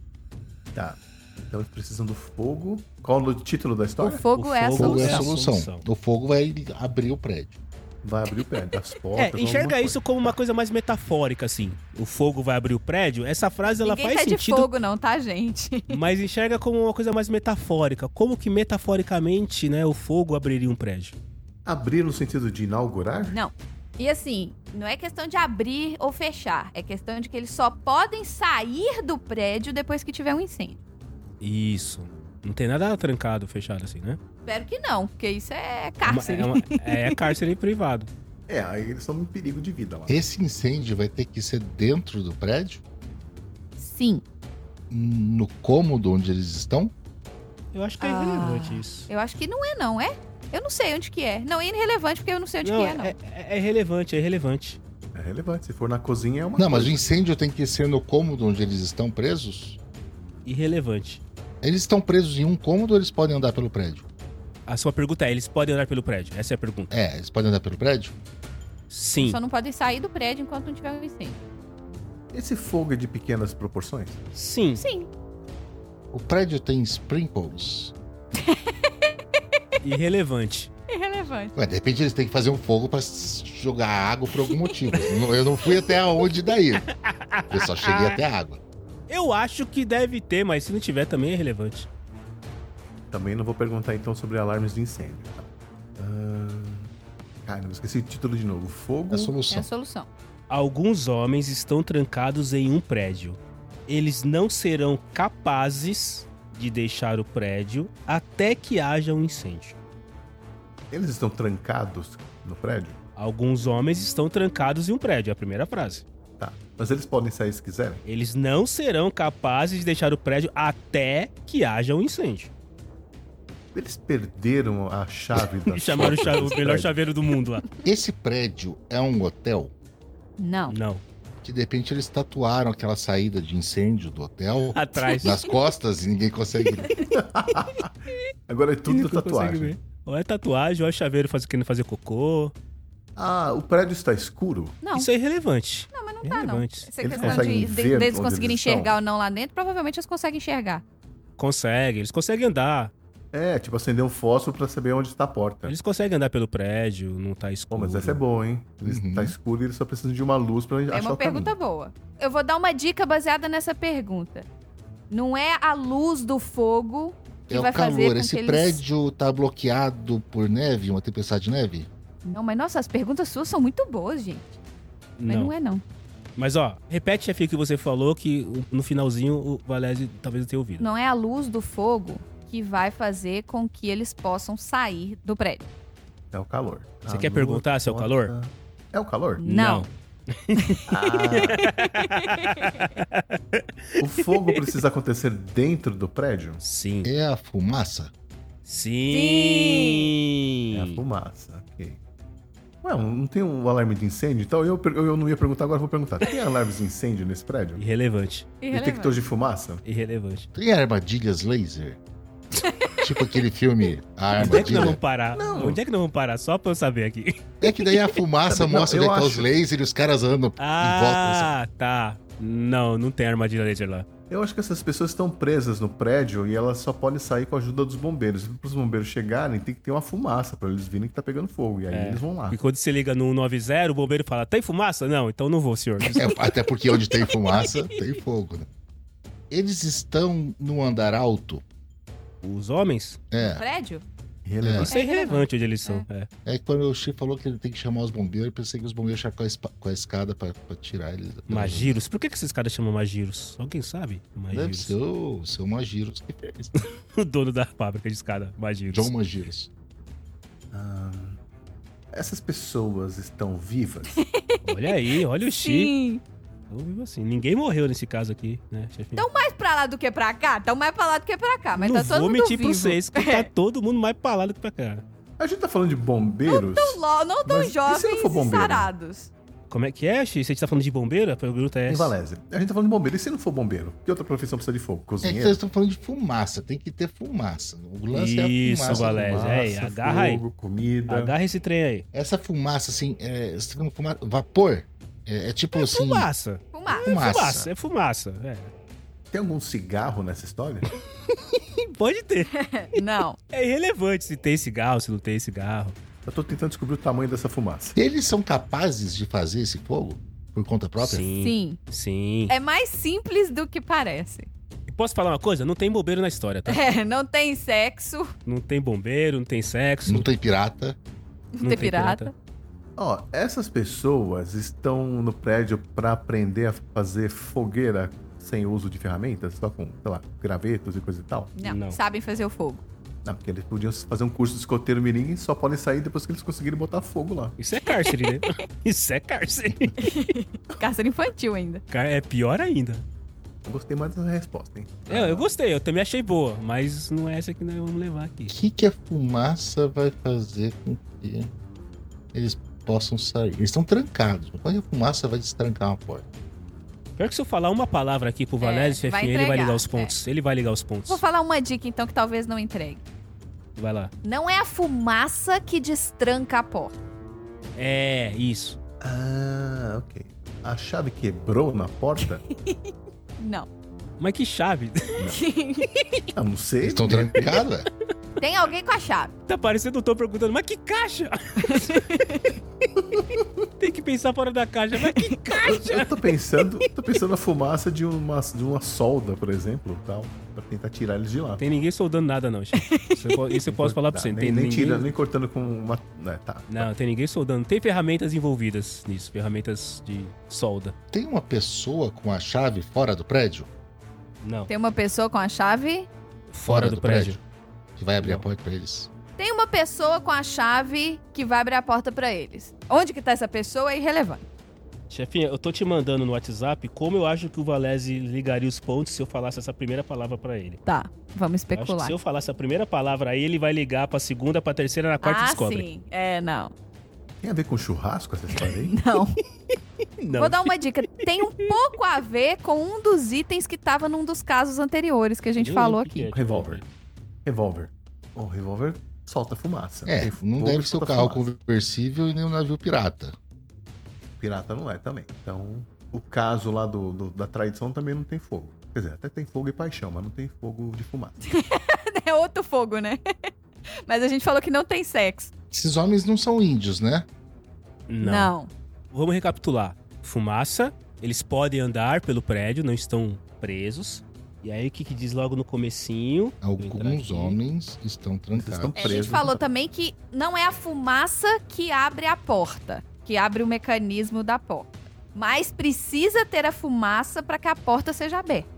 [SPEAKER 6] Tá. Então eles precisam do fogo. Qual o título da
[SPEAKER 4] O
[SPEAKER 6] história?
[SPEAKER 4] fogo,
[SPEAKER 3] o
[SPEAKER 4] é a
[SPEAKER 3] fogo
[SPEAKER 5] Fogo é
[SPEAKER 4] solução.
[SPEAKER 5] a solução.
[SPEAKER 3] solução.
[SPEAKER 5] O fogo vai abrir o prédio.
[SPEAKER 6] Vai abrir o prédio, as portas.
[SPEAKER 3] É, enxerga
[SPEAKER 6] alguma
[SPEAKER 3] isso como uma coisa mais metafórica, assim. O fogo vai abrir o prédio. Essa frase ela
[SPEAKER 4] Ninguém
[SPEAKER 3] faz
[SPEAKER 4] tá de
[SPEAKER 3] sentido,
[SPEAKER 4] fogo não, tá, gente?
[SPEAKER 3] mas enxerga como uma coisa mais metafórica. Como que metaforicamente, né, o fogo abriria um prédio?
[SPEAKER 6] coisa. Abrir no sentido de inaugurar?
[SPEAKER 4] Não. E assim, não é questão de abrir ou fechar, é questão de que eles só podem sair do prédio depois que tiver um incêndio.
[SPEAKER 3] Isso. Não tem nada trancado, fechado assim, né?
[SPEAKER 4] Espero que não, porque isso é
[SPEAKER 3] É uma-
[SPEAKER 4] cárcere.
[SPEAKER 3] É, uma- é cárcere privado.
[SPEAKER 6] É, aí eles estão em perigo de vida lá.
[SPEAKER 5] Esse incêndio vai ter que ser dentro do prédio?
[SPEAKER 4] Sim.
[SPEAKER 5] No cômodo onde eles estão?
[SPEAKER 3] Eu acho que é
[SPEAKER 4] Ah.
[SPEAKER 3] irrelevante isso.
[SPEAKER 4] Eu acho que não é, não, é? Eu não sei onde que é. Não, é irrelevante porque eu não sei onde
[SPEAKER 3] Não,
[SPEAKER 4] que é, não.
[SPEAKER 3] é, é- é relevante, é relevante.
[SPEAKER 6] É relevante. Se for na cozinha, é uma
[SPEAKER 5] Não, mas o
[SPEAKER 6] coisa.
[SPEAKER 5] incêndio tem que ser no cômodo onde eles estão presos?
[SPEAKER 3] Irrelevante.
[SPEAKER 5] Eles estão presos em um cômodo ou eles podem andar pelo prédio?
[SPEAKER 3] A sua pergunta é, eles podem andar pelo prédio? Essa é a pergunta.
[SPEAKER 5] É, eles podem andar pelo prédio?
[SPEAKER 3] Sim.
[SPEAKER 4] Só não podem sair do prédio enquanto não tiver um incêndio.
[SPEAKER 6] Esse fogo é de pequenas proporções?
[SPEAKER 3] Sim.
[SPEAKER 4] Sim.
[SPEAKER 5] O prédio tem sprinkles.
[SPEAKER 3] Irrelevante.
[SPEAKER 4] Irrelevante.
[SPEAKER 5] Ué, de repente eles têm que fazer um fogo pra s- jogar água por algum motivo. Eu não- Eu não fui até onde daí. Eu só cheguei até a água.
[SPEAKER 3] Eu acho que deve ter, mas se não tiver também é relevante.
[SPEAKER 6] Também não vou perguntar então sobre alarmes de incêndio. tá? Ah, Caramba, esqueci o título de novo. Fogo.
[SPEAKER 5] É a
[SPEAKER 4] É a
[SPEAKER 5] solução.
[SPEAKER 4] solução.
[SPEAKER 3] Alguns homens estão trancados em um prédio. Eles não serão capazes de deixar o prédio até que haja um incêndio.
[SPEAKER 6] Eles estão trancados no prédio?
[SPEAKER 3] Alguns homens estão trancados em um prédio, é a primeira frase.
[SPEAKER 6] Tá. Mas eles podem sair se quiserem?
[SPEAKER 3] Eles não serão capazes de deixar o prédio até que haja um incêndio.
[SPEAKER 6] Eles perderam a chave da
[SPEAKER 3] Chamaram o, cha- o
[SPEAKER 6] do
[SPEAKER 3] melhor
[SPEAKER 6] prédio.
[SPEAKER 3] chaveiro do mundo lá.
[SPEAKER 5] Esse prédio é um hotel?
[SPEAKER 4] Não.
[SPEAKER 3] Não.
[SPEAKER 5] que de repente eles tatuaram aquela saída de incêndio do hotel
[SPEAKER 3] Atrás.
[SPEAKER 5] nas costas e ninguém consegue.
[SPEAKER 6] Agora é tudo
[SPEAKER 3] Nunca consegue
[SPEAKER 6] tatuagem.
[SPEAKER 3] ver. Ou é tatuagem, ou é chaveiro faz, querendo fazer cocô.
[SPEAKER 6] Ah, o prédio está escuro?
[SPEAKER 4] Não.
[SPEAKER 3] Isso é irrelevante.
[SPEAKER 4] Não, mas não tá, não.
[SPEAKER 3] Irrelevante.
[SPEAKER 4] Essa
[SPEAKER 6] Eles
[SPEAKER 4] questão
[SPEAKER 6] conseguem
[SPEAKER 4] de, de-
[SPEAKER 6] ver
[SPEAKER 4] deles
[SPEAKER 6] onde
[SPEAKER 4] conseguirem
[SPEAKER 6] eles estão?
[SPEAKER 4] enxergar ou não lá dentro, provavelmente eles conseguem enxergar.
[SPEAKER 3] Consegue, eles conseguem andar.
[SPEAKER 6] É, tipo acender um fósforo pra saber onde está a porta.
[SPEAKER 3] Eles conseguem andar pelo prédio, não tá
[SPEAKER 6] Bom,
[SPEAKER 3] escuro.
[SPEAKER 6] Tá. mas essa é boa, hein? Eles
[SPEAKER 5] Uhum.
[SPEAKER 6] Tá escuro e eles só precisam de uma luz pra achar
[SPEAKER 4] É uma
[SPEAKER 6] o caminho.
[SPEAKER 4] pergunta boa. Eu vou dar uma dica baseada nessa pergunta. Não é a luz do fogo que
[SPEAKER 5] É
[SPEAKER 4] vai
[SPEAKER 5] o
[SPEAKER 4] fazer com
[SPEAKER 5] calor.
[SPEAKER 4] que
[SPEAKER 5] Esse
[SPEAKER 4] eles...
[SPEAKER 5] prédio tá bloqueado por neve, uma tempestade de neve?
[SPEAKER 4] Não, mas nossa, as perguntas suas são muito boas, gente. Mas não,
[SPEAKER 3] Não.
[SPEAKER 4] é não.
[SPEAKER 3] Mas ó, repete, chefinho, o que você falou, que o- no finalzinho o Valese talvez não tenha ouvido.
[SPEAKER 4] Não é a luz do fogo que vai fazer com que eles possam sair do prédio.
[SPEAKER 6] É o calor.
[SPEAKER 3] Você
[SPEAKER 6] A
[SPEAKER 3] quer
[SPEAKER 6] lua
[SPEAKER 3] perguntar se é o
[SPEAKER 6] bota-
[SPEAKER 3] calor?
[SPEAKER 6] É o calor?
[SPEAKER 4] Não.
[SPEAKER 6] Ah. o fogo precisa acontecer dentro do prédio?
[SPEAKER 3] Sim.
[SPEAKER 5] É a fumaça?
[SPEAKER 3] Sim.
[SPEAKER 6] É a fumaça, ok. Ué, não tem um alarme de incêndio? Então eu, per- eu eu não ia perguntar, agora eu vou perguntar. Tem alarmes de incêndio nesse prédio?
[SPEAKER 3] Irrelevante.
[SPEAKER 6] Detector de fumaça?
[SPEAKER 3] Irrelevante.
[SPEAKER 5] Tem armadilhas laser? tipo aquele filme A
[SPEAKER 3] Onde é que nós vamos
[SPEAKER 5] Armadilha.
[SPEAKER 3] parar?
[SPEAKER 6] Não.
[SPEAKER 3] Onde é que nós vamos parar? Só pra eu saber aqui.
[SPEAKER 5] É que daí a fumaça
[SPEAKER 6] Não,
[SPEAKER 5] mostra
[SPEAKER 6] eu
[SPEAKER 5] onde é que tá os
[SPEAKER 6] acho.
[SPEAKER 5] lasers e os caras andam em volta.
[SPEAKER 3] Ah, tá. Não, não tem armadilha laser lá.
[SPEAKER 6] Eu acho que essas pessoas estão presas no prédio e elas só podem sair com a ajuda dos bombeiros. Para os bombeiros chegarem, tem que ter uma fumaça pra eles virem que tá pegando fogo. E aí eles vão lá.
[SPEAKER 3] Porque quando você liga no 190, o bombeiro fala: tem fumaça? Não, então não vou, senhor.
[SPEAKER 5] É, até porque onde tem fumaça, tem fogo, né? Eles estão no andar alto.
[SPEAKER 3] Os homens?
[SPEAKER 5] É.
[SPEAKER 4] Prédio?
[SPEAKER 6] Relevante.
[SPEAKER 3] Isso é irrelevante onde eles são. É.
[SPEAKER 5] É que quando o Chico falou que ele tem que chamar os bombeiros, eu pensei que os bombeiros chegaram com a, espa- com a escada pra, pra tirar eles. da-
[SPEAKER 3] Magiros? Por que, que esses caras chamam Magiros? Alguém sabe?
[SPEAKER 5] Deve
[SPEAKER 3] Magiros.
[SPEAKER 5] ser o seu Magiros que fez.
[SPEAKER 3] O dono da fábrica de escada, Magiros.
[SPEAKER 5] John É Magiros.
[SPEAKER 6] Essas pessoas estão vivas?
[SPEAKER 3] Olha aí, olha o Chico.
[SPEAKER 4] Sim.
[SPEAKER 3] Eu vivo assim. Ninguém morreu nesse caso aqui, né, chefinho?
[SPEAKER 4] Então mais pra lá do que pra cá? Então mais pra lá do que pra cá. Mas
[SPEAKER 3] não
[SPEAKER 4] tá todo
[SPEAKER 3] vou
[SPEAKER 4] mundo
[SPEAKER 3] mentir
[SPEAKER 4] vivo. É.
[SPEAKER 3] pra vocês que tá todo mundo mais pra lá do que pra cá.
[SPEAKER 6] A gente tá falando de bombeiros?
[SPEAKER 4] Lo- Não tão
[SPEAKER 6] Mas e se não
[SPEAKER 4] jovens
[SPEAKER 6] for
[SPEAKER 4] e
[SPEAKER 6] bombeiro?
[SPEAKER 4] sarados.
[SPEAKER 3] Como é que é, Xi? Você tá falando de bombeira? A pergunta é
[SPEAKER 6] Em
[SPEAKER 3] essa.
[SPEAKER 6] Valésia. A gente tá falando de bombeiro. E se não for bombeiro? Que outra profissão precisa de fogo?
[SPEAKER 5] É que
[SPEAKER 6] Cozinheiro?
[SPEAKER 5] vocês estão falando de fumaça, tem que ter fumaça. O lance é a
[SPEAKER 3] Isso,
[SPEAKER 5] fumaça.
[SPEAKER 3] Valéria.
[SPEAKER 6] Fumaça,
[SPEAKER 3] Aí, agarra aí.
[SPEAKER 6] fogo, comida.
[SPEAKER 3] Agarra esse trem aí.
[SPEAKER 5] Essa fumaça, assim, é, você tá falando fuma- vapor? É, é tipo assim.
[SPEAKER 3] Fumaça.
[SPEAKER 4] Fumar.
[SPEAKER 5] Fumaça.
[SPEAKER 3] Fumaça, é fumaça. É.
[SPEAKER 6] Tem algum cigarro nessa história?
[SPEAKER 3] Pode ter.
[SPEAKER 4] Não.
[SPEAKER 3] É irrelevante se tem cigarro, se não tem cigarro.
[SPEAKER 6] Eu tô tentando descobrir o tamanho dessa fumaça.
[SPEAKER 5] Eles são capazes de fazer esse fogo por conta própria?
[SPEAKER 3] Sim.
[SPEAKER 4] Sim.
[SPEAKER 3] Sim.
[SPEAKER 4] É mais simples do que parece.
[SPEAKER 3] E Posso falar uma coisa? Não tem bombeiro na história, tá?
[SPEAKER 4] É, não tem sexo,
[SPEAKER 3] Não tem bombeiro, não tem sexo.
[SPEAKER 5] Não tem pirata.
[SPEAKER 4] não, tem pirata.
[SPEAKER 6] Ó, essas pessoas estão no prédio pra aprender a fazer fogueira sem uso de ferramentas, só com, sei lá, gravetos e coisa e tal.
[SPEAKER 4] Não,
[SPEAKER 3] Não.
[SPEAKER 4] sabem fazer o fogo.
[SPEAKER 6] Não, porque eles podiam fazer um curso de escoteiro mirim e só podem sair depois que eles conseguirem botar fogo lá.
[SPEAKER 3] Isso é cárcere, né? Isso é cárcere.
[SPEAKER 4] Cárcere infantil ainda.
[SPEAKER 3] Cara, É pior ainda.
[SPEAKER 6] Eu gostei mais dessa resposta, hein?
[SPEAKER 3] É, eu gostei, eu também achei boa, mas não é essa que nós vamos levar aqui.
[SPEAKER 5] O que, que a fumaça vai fazer com que eles possam sair? Eles estão trancados. Como é que a fumaça vai destrancar uma porta?
[SPEAKER 3] Pior que se eu falar uma palavra aqui pro Valério,
[SPEAKER 4] É, vai
[SPEAKER 3] chefinho, ele vai
[SPEAKER 4] entregar, é.
[SPEAKER 3] ligar os pontos. Ele vai ligar os pontos.
[SPEAKER 4] Vou falar uma dica então que talvez não entregue.
[SPEAKER 3] Vai lá.
[SPEAKER 4] Não é a fumaça que destranca a porta.
[SPEAKER 3] É, isso.
[SPEAKER 6] Ah, ok. A chave quebrou na porta?
[SPEAKER 4] Não.
[SPEAKER 3] Mas que chave.
[SPEAKER 6] Ah, não sei.
[SPEAKER 5] Eles estão trancados, é?
[SPEAKER 4] Tem alguém com a chave.
[SPEAKER 3] Tá parecendo eu tô perguntando, mas que caixa? Tem que pensar fora da caixa, mas que caixa?
[SPEAKER 6] Eu tô pensando, tô pensando na fumaça de uma, de uma solda, por exemplo, tal, pra tentar tirar eles de lá.
[SPEAKER 3] Tem ninguém soldando nada, não, chefe. Isso eu po- Isso eu posso falar pra
[SPEAKER 6] Tá,
[SPEAKER 3] você. Não
[SPEAKER 6] Nem,
[SPEAKER 3] tem
[SPEAKER 6] nem
[SPEAKER 3] ninguém...
[SPEAKER 6] tirando, nem cortando com uma. Né, tá.
[SPEAKER 3] Não, tem ninguém soldando. Tem ferramentas envolvidas nisso, ferramentas de solda.
[SPEAKER 5] Tem uma pessoa com a chave fora do prédio?
[SPEAKER 3] Não.
[SPEAKER 4] Tem uma pessoa com a chave.
[SPEAKER 3] Fora, do, prédio.
[SPEAKER 5] Que vai abrir a porta pra eles?
[SPEAKER 4] Tem uma pessoa com a chave que vai abrir a porta pra eles. Onde que tá essa pessoa é irrelevante.
[SPEAKER 3] Chefinha, eu tô te mandando no WhatsApp como eu acho que o Valese ligaria os pontos se eu falasse essa primeira palavra pra ele.
[SPEAKER 4] Tá, vamos
[SPEAKER 3] Eu Acho que
[SPEAKER 4] especular.
[SPEAKER 3] se eu falasse a primeira palavra aí, ele vai ligar pra segunda, pra terceira, na quarta
[SPEAKER 4] ah,
[SPEAKER 3] descobre.
[SPEAKER 4] sim. É, não.
[SPEAKER 6] Tem a ver com churrasco essa história aí?
[SPEAKER 4] Não.
[SPEAKER 3] Não.
[SPEAKER 4] Vou dar uma dica. Tem um pouco a ver com um dos itens que tava num dos casos anteriores que a gente
[SPEAKER 3] Nem
[SPEAKER 4] falou
[SPEAKER 3] lembro o que é
[SPEAKER 4] aqui.
[SPEAKER 3] que
[SPEAKER 6] Revólver. Revólver. O revólver solta fumaça.
[SPEAKER 5] É,
[SPEAKER 6] Tem
[SPEAKER 5] não
[SPEAKER 6] fogo,
[SPEAKER 5] deve ser o
[SPEAKER 6] solta
[SPEAKER 5] carro
[SPEAKER 6] fumaça.
[SPEAKER 5] conversível e nem o navio pirata.
[SPEAKER 6] Pirata não é também. Então, o caso lá do, do- da traição também não tem fogo. Quer dizer, até tem fogo e paixão, mas não tem fogo de fumaça.
[SPEAKER 4] É outro fogo, né? Mas a gente falou que não tem sexo.
[SPEAKER 5] Esses homens não são índios, né?
[SPEAKER 3] Não. Vamos recapitular. Fumaça, eles podem andar pelo prédio, não estão presos. E aí o que, que diz logo no comecinho? Vou entrar
[SPEAKER 5] Alguns
[SPEAKER 3] aqui.
[SPEAKER 5] homens estão
[SPEAKER 6] Vocês estão
[SPEAKER 5] trancados.
[SPEAKER 3] É,
[SPEAKER 4] A gente
[SPEAKER 6] presos.
[SPEAKER 4] falou também que não é a fumaça que abre a porta, que abre o mecanismo da porta. Mas precisa ter a fumaça para que a porta seja aberta.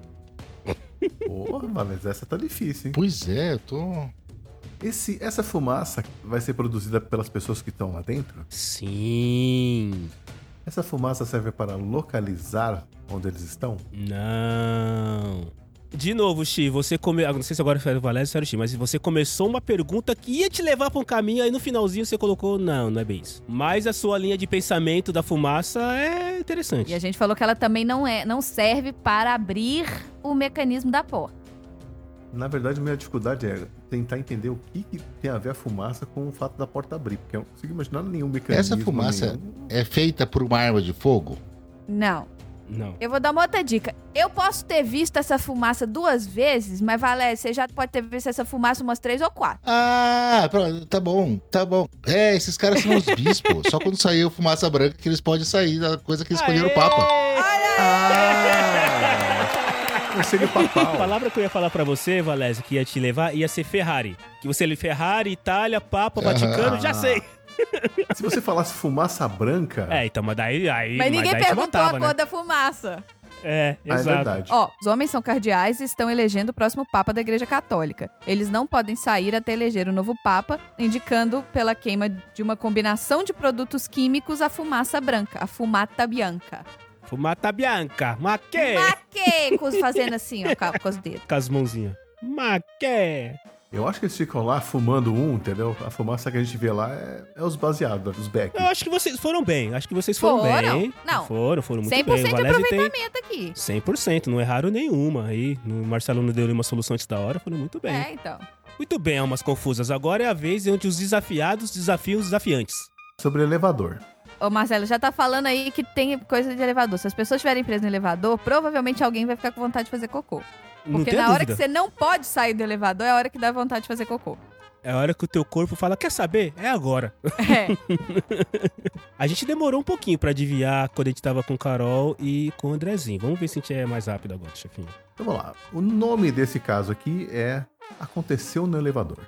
[SPEAKER 6] Porra, mas essa tá difícil, hein?
[SPEAKER 5] Pois é, eu tô.
[SPEAKER 6] Esse, essa fumaça vai ser produzida pelas pessoas que estão lá dentro?
[SPEAKER 3] Sim.
[SPEAKER 6] Essa fumaça serve para localizar onde eles estão?
[SPEAKER 3] Não. De novo, Xi, você come... ah, Não sei se agora foi o Valério ou era o Xi, mas você começou uma pergunta que ia te levar pra um caminho, aí no finalzinho você colocou. Não, não é bem isso. Mas a sua linha de pensamento da fumaça é interessante.
[SPEAKER 4] E a gente falou que ela também não é, não serve para abrir o mecanismo da porta.
[SPEAKER 6] Na verdade, minha dificuldade é tentar entender o que, que tem a ver a fumaça com o fato da porta abrir, porque eu não consigo imaginar nenhum um mecanismo.
[SPEAKER 5] Essa fumaça
[SPEAKER 6] nenhum.
[SPEAKER 5] é feita por uma arma de fogo?
[SPEAKER 4] Não.
[SPEAKER 3] Não.
[SPEAKER 4] Eu vou dar uma outra dica. Eu posso ter visto essa fumaça duas vezes, mas Valéria, você já pode ter visto essa fumaça umas três ou quatro.
[SPEAKER 5] Ah, pronto, tá bom, tá bom. É, esses caras são os bispos. Só quando saiu fumaça branca que eles podem sair da coisa que eles escolheram o Papa.
[SPEAKER 6] Ah, Conselho
[SPEAKER 3] A
[SPEAKER 6] papal.
[SPEAKER 3] palavra que eu ia falar pra você, Valézio, que ia te levar, ia ser Ferrari. Que você lê Ferrari, Itália, Papa,
[SPEAKER 6] Ah,
[SPEAKER 3] Vaticano, já sei.
[SPEAKER 6] Se você falasse fumaça branca, ah,
[SPEAKER 3] É, então, mas daí. aí
[SPEAKER 4] mas ninguém
[SPEAKER 3] daí te
[SPEAKER 4] perguntou
[SPEAKER 3] matava,
[SPEAKER 4] a
[SPEAKER 3] né?
[SPEAKER 4] cor da fumaça.
[SPEAKER 3] É,
[SPEAKER 6] ah, é
[SPEAKER 3] exato.
[SPEAKER 6] verdade.
[SPEAKER 4] Ó, os homens são cardeais e estão elegendo o próximo Papa da Igreja Católica. Eles não podem sair até eleger o novo Papa, indicando pela queima de uma combinação de produtos químicos a fumaça branca, a fumata bianca.
[SPEAKER 3] Fumata Bianca, maquê.
[SPEAKER 4] Maquecos fazendo assim, ó, com a- com os dedos.
[SPEAKER 3] Com as mãozinhas. Maquê.
[SPEAKER 6] Eu acho que eles ficam lá fumando um, entendeu? A fumaça que a gente vê lá é, é os baseados, os beck.
[SPEAKER 3] Eu acho que vocês foram bem. Acho que vocês foram,
[SPEAKER 4] Foram.
[SPEAKER 3] bem.
[SPEAKER 4] Não.
[SPEAKER 3] Foram, foram muito
[SPEAKER 4] 100%
[SPEAKER 3] bem. O
[SPEAKER 4] de
[SPEAKER 3] Valese tem
[SPEAKER 4] aproveitamento aqui.
[SPEAKER 3] 100%, não erraram nenhuma. Aí o Marcelo não deu nenhuma solução antes da hora, foram muito bem.
[SPEAKER 4] É, então.
[SPEAKER 3] Muito bem, almas confusas. Agora é a vez onde os desafiados desafiam os desafiantes.
[SPEAKER 6] Sobre elevador.
[SPEAKER 4] Ô, Marcelo, já tá falando aí que tem coisa de elevador. Se as pessoas estiverem presas no elevador, provavelmente alguém vai ficar com vontade de fazer cocô.
[SPEAKER 3] não
[SPEAKER 4] Porque
[SPEAKER 3] tem
[SPEAKER 4] na hora que
[SPEAKER 3] dúvida.
[SPEAKER 4] você não pode sair do elevador, é a hora que dá vontade de fazer cocô.
[SPEAKER 3] É a hora que o teu corpo fala, quer saber? É agora.
[SPEAKER 4] É.
[SPEAKER 3] A gente demorou um pouquinho pra adivinhar quando a gente tava com o Carol e com o Andrezinho. Vamos ver se a gente é mais rápido agora, chefinho.
[SPEAKER 6] Então vamos lá. O nome desse caso aqui é Aconteceu no Elevador.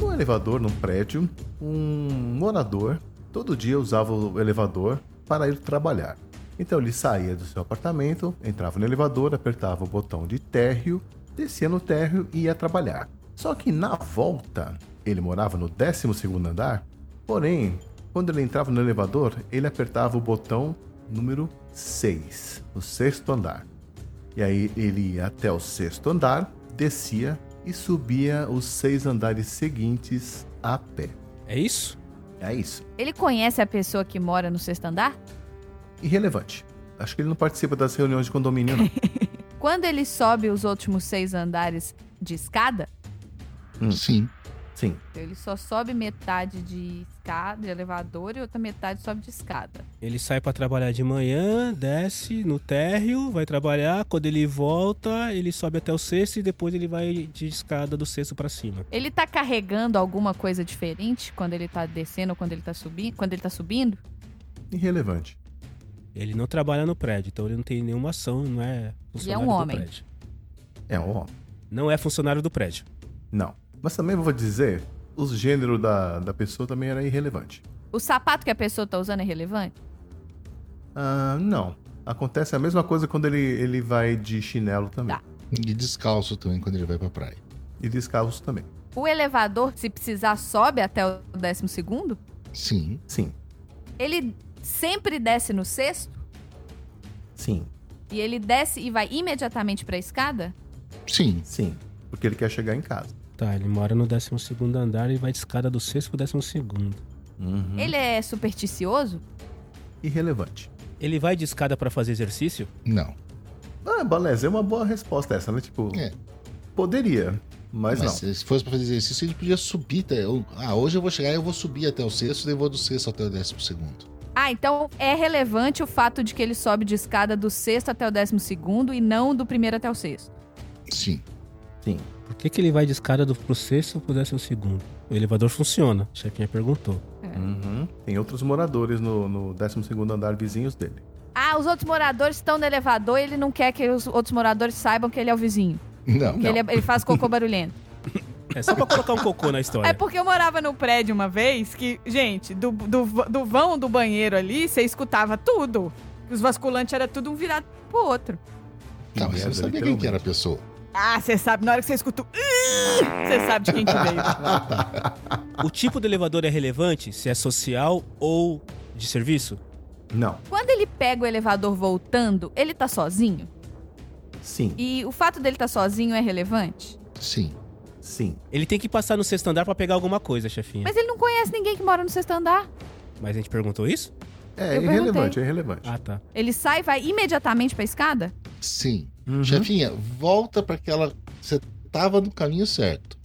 [SPEAKER 6] No Um elevador, num prédio, um morador todo dia usava o elevador para ir trabalhar. Então ele saía do seu apartamento, entrava no elevador, apertava o botão de térreo, descia no térreo e ia trabalhar. Só que na volta, ele morava no 12 andar, porém, quando ele entrava no elevador, ele apertava o botão número 6, no sexto andar. E aí ele ia até o sexto andar, descia e subia os seis andares seguintes a pé.
[SPEAKER 3] É isso?
[SPEAKER 6] É isso.
[SPEAKER 4] Ele conhece a pessoa que mora no sexto andar?
[SPEAKER 6] Irrelevante. Acho que ele não participa das reuniões de condomínio, não.
[SPEAKER 4] Quando ele sobe os últimos seis andares de escada,
[SPEAKER 5] Sim.
[SPEAKER 6] Sim.
[SPEAKER 4] ele só sobe metade de escada, de elevador, e outra metade sobe de escada.
[SPEAKER 3] Ele sai pra trabalhar de manhã, desce no térreo, vai trabalhar. Quando ele volta, ele sobe até o sexto e depois ele vai de escada do sexto pra cima.
[SPEAKER 4] Ele tá carregando alguma coisa diferente quando ele tá descendo ou quando ele tá subindo? Quando ele tá subindo?
[SPEAKER 6] Irrelevante.
[SPEAKER 3] Ele não trabalha no prédio, então ele não tem nenhuma ação, não é funcionário
[SPEAKER 4] homem.
[SPEAKER 3] do prédio.
[SPEAKER 6] É um homem.
[SPEAKER 3] Não é funcionário do prédio.
[SPEAKER 6] Não. Mas também vou dizer, o gênero da, da pessoa também era irrelevante.
[SPEAKER 4] O sapato que a pessoa tá usando é relevante?
[SPEAKER 6] Ah, não. Acontece a mesma coisa quando ele, ele vai de chinelo também.
[SPEAKER 4] Tá.
[SPEAKER 5] E descalço também quando ele vai pra praia.
[SPEAKER 6] E descalço também.
[SPEAKER 4] O elevador, se precisar, sobe até o décimo segundo?
[SPEAKER 5] Sim.
[SPEAKER 6] Sim.
[SPEAKER 4] Ele sempre desce no sexto?
[SPEAKER 6] Sim.
[SPEAKER 4] E ele desce e vai imediatamente pra escada?
[SPEAKER 5] Sim.
[SPEAKER 6] Sim. Porque ele quer chegar em casa.
[SPEAKER 3] Tá, ele mora no 12 andar e vai de escada do sexto pro 12.
[SPEAKER 6] Uhum.
[SPEAKER 4] Ele é supersticioso?
[SPEAKER 6] Irrelevante.
[SPEAKER 3] Ele vai de escada pra fazer exercício?
[SPEAKER 5] Não.
[SPEAKER 6] Ah, Baleza, é uma boa resposta essa, né? Tipo,
[SPEAKER 5] É.
[SPEAKER 6] poderia, mas,
[SPEAKER 5] Mas,
[SPEAKER 6] não.
[SPEAKER 5] se fosse pra fazer exercício, ele podia subir. Até... eu- Ah, hoje eu vou chegar e eu vou subir até o sexto, daí eu vou do sexto até o décimo segundo.
[SPEAKER 4] Ah, então é relevante o fato de que ele sobe de escada do sexto até o décimo segundo e não do primeiro até o sexto.
[SPEAKER 5] Sim.
[SPEAKER 3] Por que, que ele vai de escada do, pro sexto pro décimo segundo? O elevador funciona, o chefinha perguntou.
[SPEAKER 6] Uhum. Tem outros moradores no, no 12 andar vizinhos dele.
[SPEAKER 4] Ah, os outros moradores estão no elevador e ele não quer que os outros moradores saibam que ele é o vizinho.
[SPEAKER 5] Não.
[SPEAKER 4] Que ele, é- ele faz cocô barulhento.
[SPEAKER 3] É só pra colocar um cocô na história.
[SPEAKER 8] É porque eu morava num prédio uma vez que, gente, do, do, do vão do banheiro ali, você escutava tudo. Os vasculantes era tudo um virado pro outro.
[SPEAKER 5] Não, Tá, mas você não
[SPEAKER 6] Merda,
[SPEAKER 5] sabia quem que era a pessoa.
[SPEAKER 8] Ah, você sabe, na hora que você escuta o... Você sabe de quem que veio.
[SPEAKER 3] O tipo do elevador é relevante? Se é social ou de serviço?
[SPEAKER 6] Não.
[SPEAKER 4] Quando ele pega o elevador voltando, ele tá sozinho?
[SPEAKER 6] Sim.
[SPEAKER 4] E o fato dele tá sozinho é relevante?
[SPEAKER 5] Sim.
[SPEAKER 6] Sim.
[SPEAKER 3] Ele tem que passar no sexto andar pra pegar alguma coisa, chefinha. Mas,
[SPEAKER 4] Mas ele não conhece ninguém que mora no sexto andar.
[SPEAKER 3] a gente perguntou isso?
[SPEAKER 6] É
[SPEAKER 4] Eu
[SPEAKER 6] irrelevante, é irrelevante.
[SPEAKER 3] Ah, tá.
[SPEAKER 4] Ele sai e vai imediatamente pra escada?
[SPEAKER 5] Sim.
[SPEAKER 6] Uhum.
[SPEAKER 5] Chefinha, volta pra aquela. Você tava no caminho certo.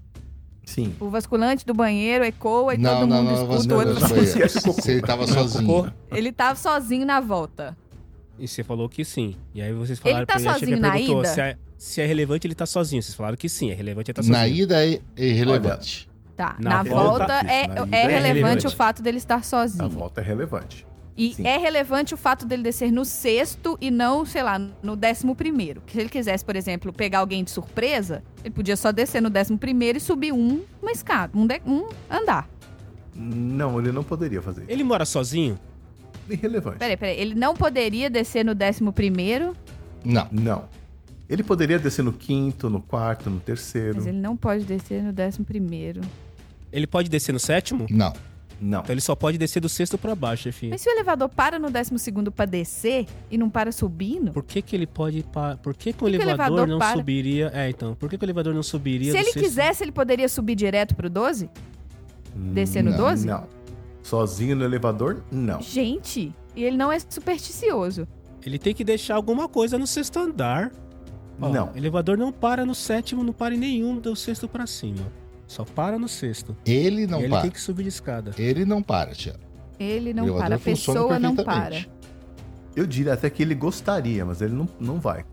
[SPEAKER 6] Sim.
[SPEAKER 4] O vasculante do banheiro ecoa e
[SPEAKER 5] não,
[SPEAKER 4] todo
[SPEAKER 5] não,
[SPEAKER 4] mundo
[SPEAKER 5] não, você
[SPEAKER 4] escuta o outro.
[SPEAKER 5] não foi.
[SPEAKER 6] Esquece o cocô.
[SPEAKER 5] Se ele tava sozinho.
[SPEAKER 3] Cocô?
[SPEAKER 4] Ele tava sozinho na volta.
[SPEAKER 3] E você falou que sim. E aí vocês falaram
[SPEAKER 4] Ele tá
[SPEAKER 3] pra a chefinha
[SPEAKER 4] sozinho na
[SPEAKER 3] perguntou
[SPEAKER 4] ida?
[SPEAKER 3] Se, é, se é relevante ele tá sozinho. Vocês falaram que sim, é relevante ele tá sozinho.
[SPEAKER 5] Na ida é é irrelevante.
[SPEAKER 4] Tá. Na,
[SPEAKER 3] Na
[SPEAKER 4] volta,
[SPEAKER 6] volta,
[SPEAKER 4] é,
[SPEAKER 6] na ida
[SPEAKER 4] é
[SPEAKER 6] é
[SPEAKER 4] relevante
[SPEAKER 6] relevante.
[SPEAKER 4] o fato dele estar
[SPEAKER 6] A
[SPEAKER 4] sozinho.
[SPEAKER 6] volta é relevante.
[SPEAKER 4] e
[SPEAKER 6] sim.
[SPEAKER 4] é relevante o fato dele descer no sexto e não, sei lá, no décimo primeiro. Que se ele quisesse, por exemplo, pegar alguém de surpresa, ele podia só descer no décimo primeiro e subir um, uma escada, um, de- um andar.
[SPEAKER 6] Não, ele não poderia fazer isso.
[SPEAKER 3] Ele mora sozinho?
[SPEAKER 6] Irrelevante.
[SPEAKER 4] Peraí, peraí. Ele não poderia descer no décimo primeiro,
[SPEAKER 5] Não.
[SPEAKER 6] Não. Ele poderia descer no quinto, no quarto, no terceiro.
[SPEAKER 4] mas ele não pode descer no décimo primeiro.
[SPEAKER 3] Ele pode descer no sétimo?
[SPEAKER 5] Não.
[SPEAKER 6] Não.
[SPEAKER 3] Então ele só pode descer do sexto pra baixo, enfim.
[SPEAKER 4] Mas se o elevador para no 12 segundo pra descer e não para subindo,
[SPEAKER 3] Por que que ele pode... Pa... Por que, que o
[SPEAKER 4] que o
[SPEAKER 3] elevador,
[SPEAKER 4] elevador
[SPEAKER 3] não
[SPEAKER 4] para?
[SPEAKER 3] subiria... É, então. Por que, que o elevador não subiria do
[SPEAKER 4] se ele
[SPEAKER 3] sexto?
[SPEAKER 4] quisesse, ele poderia subir direto pro 12? Descer no
[SPEAKER 5] Não,
[SPEAKER 4] 12?
[SPEAKER 6] Hum, Não. Sozinho no elevador? Não.
[SPEAKER 4] Gente, e ele não é supersticioso.
[SPEAKER 3] Ele tem que deixar alguma coisa no sexto andar.
[SPEAKER 6] Não.
[SPEAKER 3] O elevador não para no sétimo, não para em nenhum do sexto pra cima. Só para no sexto.
[SPEAKER 5] Ele não
[SPEAKER 3] e ele
[SPEAKER 5] para.
[SPEAKER 3] tem que subir de escada.
[SPEAKER 5] Ele não para, Tiago.
[SPEAKER 4] Ele
[SPEAKER 5] O
[SPEAKER 4] não
[SPEAKER 5] elevador
[SPEAKER 4] para, a
[SPEAKER 5] funciona
[SPEAKER 4] pessoa não para.
[SPEAKER 5] perfeitamente.
[SPEAKER 6] Eu diria até que ele gostaria, mas ele não, não vai.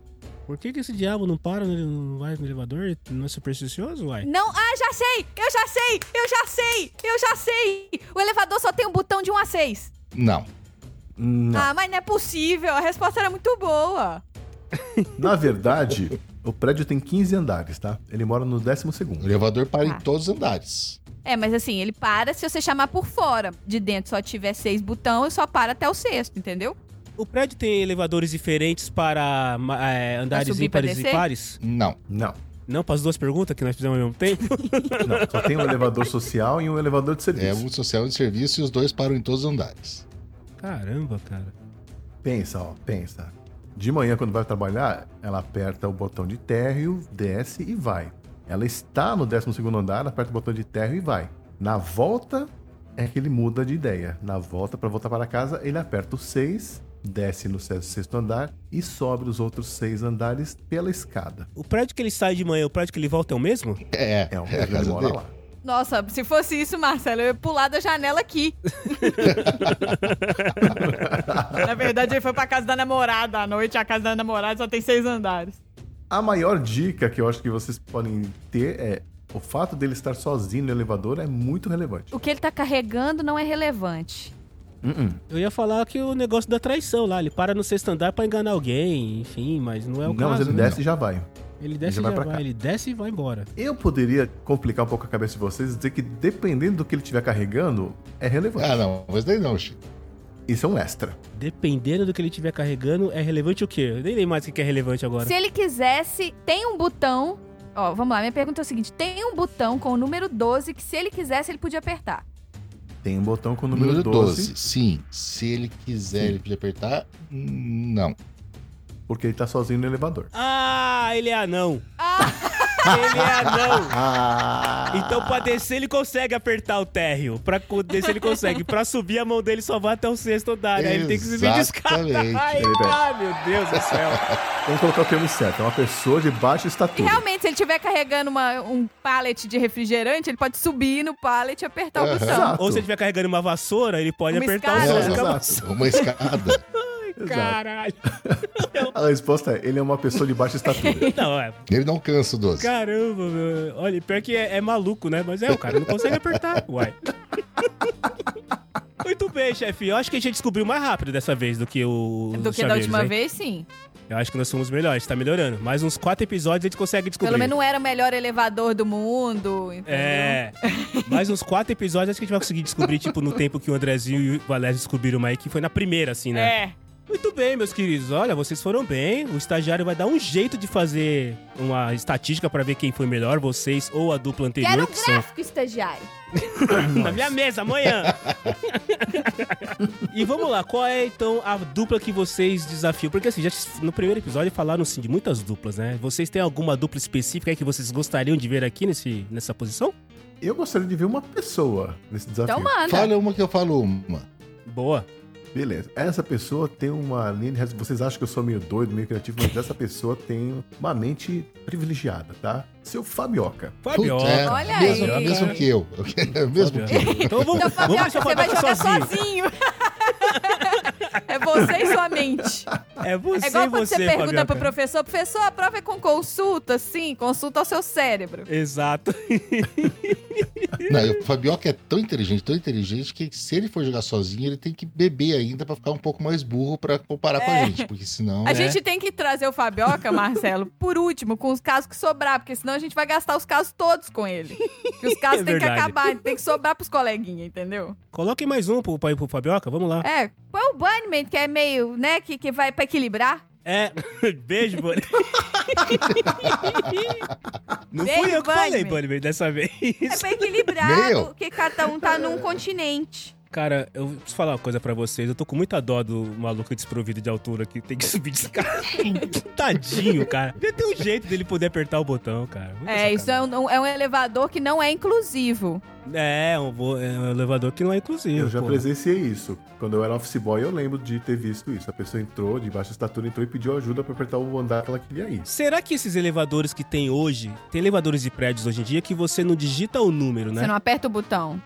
[SPEAKER 3] Por que, que esse diabo não para, ele não vai no elevador? Ele Não é supersticioso, uai?
[SPEAKER 4] Não, ah, já sei! Eu já sei! Eu já sei! Eu já sei! O elevador só tem um botão de 1 a 6.
[SPEAKER 5] Não.
[SPEAKER 6] Não.
[SPEAKER 4] Ah, mas não é possível, a resposta era muito boa.
[SPEAKER 6] Na verdade, o prédio tem 15 andares, tá? Ele mora no 12
[SPEAKER 5] O
[SPEAKER 6] segundo.
[SPEAKER 5] elevador para
[SPEAKER 4] Ah.
[SPEAKER 5] em todos os andares.
[SPEAKER 4] É, mas assim, ele para se você chamar por fora. De dentro só tiver seis botão e só para até o sexto, entendeu?
[SPEAKER 3] O prédio tem elevadores diferentes para ma- é,
[SPEAKER 4] Pra
[SPEAKER 3] andares
[SPEAKER 4] subir, pra
[SPEAKER 3] ímpares e
[SPEAKER 4] descer?
[SPEAKER 3] pares?
[SPEAKER 5] Não.
[SPEAKER 6] Não.
[SPEAKER 3] Não, para as duas perguntas que nós fizemos ao mesmo tempo?
[SPEAKER 6] Não. Só tem um elevador social e um elevador de
[SPEAKER 5] É
[SPEAKER 6] serviço.
[SPEAKER 5] um social de serviço e os dois param em todos os andares.
[SPEAKER 3] Caramba, cara.
[SPEAKER 6] Pensa, ó, pensa. De manhã, quando vai trabalhar, ela aperta o botão de térreo, desce e vai. Ela está no 12 andar, aperta o botão de térreo e vai. Na volta é que ele muda de ideia. Na volta, para voltar para casa, ele aperta o 6, desce no se- sexto andar e sobe os outros seis andares pela escada.
[SPEAKER 3] O prédio que ele sai de manhã e o prédio que ele volta é o mesmo?
[SPEAKER 5] É, é,
[SPEAKER 6] É o
[SPEAKER 5] a
[SPEAKER 6] mesmo, ele
[SPEAKER 5] casa
[SPEAKER 6] mora
[SPEAKER 5] dele.
[SPEAKER 6] lá.
[SPEAKER 4] Nossa, se fosse isso, Marcelo, eu ia pular da janela aqui.
[SPEAKER 8] Na verdade, ele foi pra casa da namorada à noite. A casa da namorada só tem seis andares.
[SPEAKER 6] A maior dica que eu acho que vocês podem ter é o fato dele estar sozinho no elevador é muito relevante.
[SPEAKER 4] O que ele tá carregando não é relevante.
[SPEAKER 3] Eu ia falar que o negócio da traição lá, ele para no sexto andar para enganar alguém, enfim, mas não é o
[SPEAKER 6] não,
[SPEAKER 3] caso.
[SPEAKER 6] mas ele
[SPEAKER 3] né?
[SPEAKER 6] desce e já vai.
[SPEAKER 3] Ele desce
[SPEAKER 6] já
[SPEAKER 3] e
[SPEAKER 6] vai
[SPEAKER 3] já
[SPEAKER 6] pra
[SPEAKER 3] vai,
[SPEAKER 6] cá.
[SPEAKER 3] ele desce e vai embora.
[SPEAKER 6] Eu poderia complicar um pouco a cabeça de vocês e dizer que dependendo do que ele estiver carregando, é relevante.
[SPEAKER 5] Ah, não. Mas daí não, Chico.
[SPEAKER 6] Isso é um extra.
[SPEAKER 3] Dependendo do que ele estiver carregando, é relevante o quê? Eu nem lembro mais o que que é relevante agora.
[SPEAKER 4] Se ele quisesse, tem um botão. Ó, vamos lá, minha pergunta é o seguinte: tem um botão com o número 12 que, se ele quisesse, ele podia apertar.
[SPEAKER 6] Tem um botão com o número,
[SPEAKER 5] Número
[SPEAKER 6] 12,
[SPEAKER 5] 12. Sim. Se ele quiser, ele pode apertar. Hum, Não.
[SPEAKER 6] porque ele tá sozinho no elevador.
[SPEAKER 3] Ah, ele é anão.
[SPEAKER 4] Ah.
[SPEAKER 3] Ele é anão.
[SPEAKER 6] Ah!
[SPEAKER 3] Então pra descer ele consegue apertar o térreo. Pra co- descer ele consegue. Pra subir a mão dele só vai até o sexto andar. Né? Ele tem que subir de escada.
[SPEAKER 5] Exatamente.
[SPEAKER 3] Ai, ah, meu Deus do céu.
[SPEAKER 6] Vamos colocar o termo certo. É uma pessoa de baixa
[SPEAKER 4] E
[SPEAKER 6] estatura.
[SPEAKER 4] realmente, se ele estiver carregando uma- um pallet de refrigerante, ele pode subir no pallet e apertar o
[SPEAKER 5] Aham.
[SPEAKER 4] botão.
[SPEAKER 6] Exato.
[SPEAKER 3] Ou se ele estiver carregando uma vassoura, ele pode
[SPEAKER 4] Uma
[SPEAKER 3] apertar
[SPEAKER 4] escada.
[SPEAKER 3] o
[SPEAKER 5] É,
[SPEAKER 3] sexto.
[SPEAKER 6] Exato.
[SPEAKER 5] Uma escada.
[SPEAKER 6] Exato.
[SPEAKER 3] Caralho.
[SPEAKER 6] A resposta é, ele é uma pessoa de baixa estatura.
[SPEAKER 3] Não, é.
[SPEAKER 5] Ele não cansa o 12.
[SPEAKER 3] Caramba, meu. Olha, pior que é, é maluco, né? Mas é, o cara não consegue apertar. Uai. Muito bem, chefe. Eu acho que a gente descobriu mais rápido dessa vez do que o.
[SPEAKER 4] Do
[SPEAKER 3] os
[SPEAKER 4] que da
[SPEAKER 3] chaveiros,
[SPEAKER 4] última
[SPEAKER 3] hein?
[SPEAKER 4] vez, sim.
[SPEAKER 3] Eu acho que nós somos melhores, tá melhorando. Mais uns quatro episódios a gente consegue descobrir.
[SPEAKER 4] Pelo menos um não era o melhor elevador do mundo, entendeu?
[SPEAKER 3] É.
[SPEAKER 4] né?
[SPEAKER 3] Mais uns quatro episódios acho que a gente vai conseguir descobrir, tipo, no tempo que o Andrezinho e o Valério descobriram o Mike, foi na primeira, assim, né?
[SPEAKER 8] É.
[SPEAKER 3] Muito bem, meus queridos. Olha, vocês foram bem. O estagiário vai dar um jeito de fazer uma estatística pra ver quem foi melhor, vocês ou a dupla anterior.
[SPEAKER 4] Quero um
[SPEAKER 3] que são-
[SPEAKER 4] gráfico, estagiário.
[SPEAKER 3] na minha mesa amanhã. e vamos lá, qual é então a dupla que vocês desafiam? Porque assim, já no primeiro episódio falaram assim, de muitas duplas, né? Vocês têm alguma dupla específica aí que vocês gostariam de ver aqui nesse, nessa posição?
[SPEAKER 6] Eu gostaria de ver uma pessoa nesse desafio.
[SPEAKER 4] Então manda.
[SPEAKER 5] Fala assim. uma que eu falo uma.
[SPEAKER 3] Boa.
[SPEAKER 6] Beleza. Essa pessoa tem uma linha de raci- Vocês acham que eu sou meio doido, meio criativo, mas essa pessoa tem uma mente privilegiada, tá? Seu Fabioca.
[SPEAKER 3] Fabiola.
[SPEAKER 5] Puta, é,
[SPEAKER 4] Olha
[SPEAKER 5] mesmo,
[SPEAKER 4] aí.
[SPEAKER 5] Mesmo que eu. mesmo que eu.
[SPEAKER 3] Fabiola. Então vamos,
[SPEAKER 4] Então,
[SPEAKER 3] vamos
[SPEAKER 4] Fabioca,
[SPEAKER 3] deixar a
[SPEAKER 4] você vai
[SPEAKER 3] Fabioca
[SPEAKER 4] jogar
[SPEAKER 3] sozinha.
[SPEAKER 4] sozinho. é você e sua mente.
[SPEAKER 3] É você,
[SPEAKER 4] É igual quando
[SPEAKER 3] você,
[SPEAKER 4] você pergunta
[SPEAKER 3] Fabioca.
[SPEAKER 4] pro professor, professor, a prova é com consulta, sim, consulta ao seu cérebro.
[SPEAKER 3] Exato.
[SPEAKER 5] Não, e o Fabioca é tão inteligente, tão inteligente, que se ele for jogar sozinho, ele tem que beber ainda pra ficar um pouco mais burro pra comparar
[SPEAKER 4] É.
[SPEAKER 5] com a gente. Porque senão.
[SPEAKER 3] É.
[SPEAKER 4] A gente tem que trazer o Fabioca, Marcelo, por último, com os casos que sobrar, porque senão a gente vai gastar os casos todos com ele. Que os casos
[SPEAKER 3] É
[SPEAKER 4] têm que
[SPEAKER 3] verdade.
[SPEAKER 4] acabar, tem que sobrar pros coleguinhas, entendeu?
[SPEAKER 3] Coloquem mais um pro, pro Fabioca, vamos lá.
[SPEAKER 4] É, põe o Bunnyman, que é meio, né, que, que vai pra equilibrar.
[SPEAKER 3] É, beijo, Bunny. Não fui
[SPEAKER 4] Beijo,
[SPEAKER 3] eu que falei,
[SPEAKER 4] Bunny.
[SPEAKER 3] Bunny, dessa vez.
[SPEAKER 4] É bem
[SPEAKER 5] Nem
[SPEAKER 4] equilibrado,
[SPEAKER 5] eu.
[SPEAKER 4] porque cada um tá num continente.
[SPEAKER 3] Cara, eu preciso falar uma coisa pra vocês. Eu tô com muita dó do maluco desprovido de altura que tem que subir de escada. Tadinho, cara. Devia ter um jeito dele poder apertar o botão, cara. Muita
[SPEAKER 4] É, isso é
[SPEAKER 3] sacanagem.
[SPEAKER 4] um, é um elevador que não é inclusivo.
[SPEAKER 3] É, um, bo- é um elevador que não é inclusivo.
[SPEAKER 6] Eu já
[SPEAKER 3] pô.
[SPEAKER 6] presenciei isso. Quando eu era office boy, eu lembro de ter visto isso. A pessoa entrou, de baixa estatura, entrou e pediu ajuda pra apertar o andar que ela queria ir.
[SPEAKER 3] Será que esses elevadores que tem hoje, tem elevadores de prédios hoje em dia que você não digita o número, né?
[SPEAKER 4] Você não é. aperta o botão.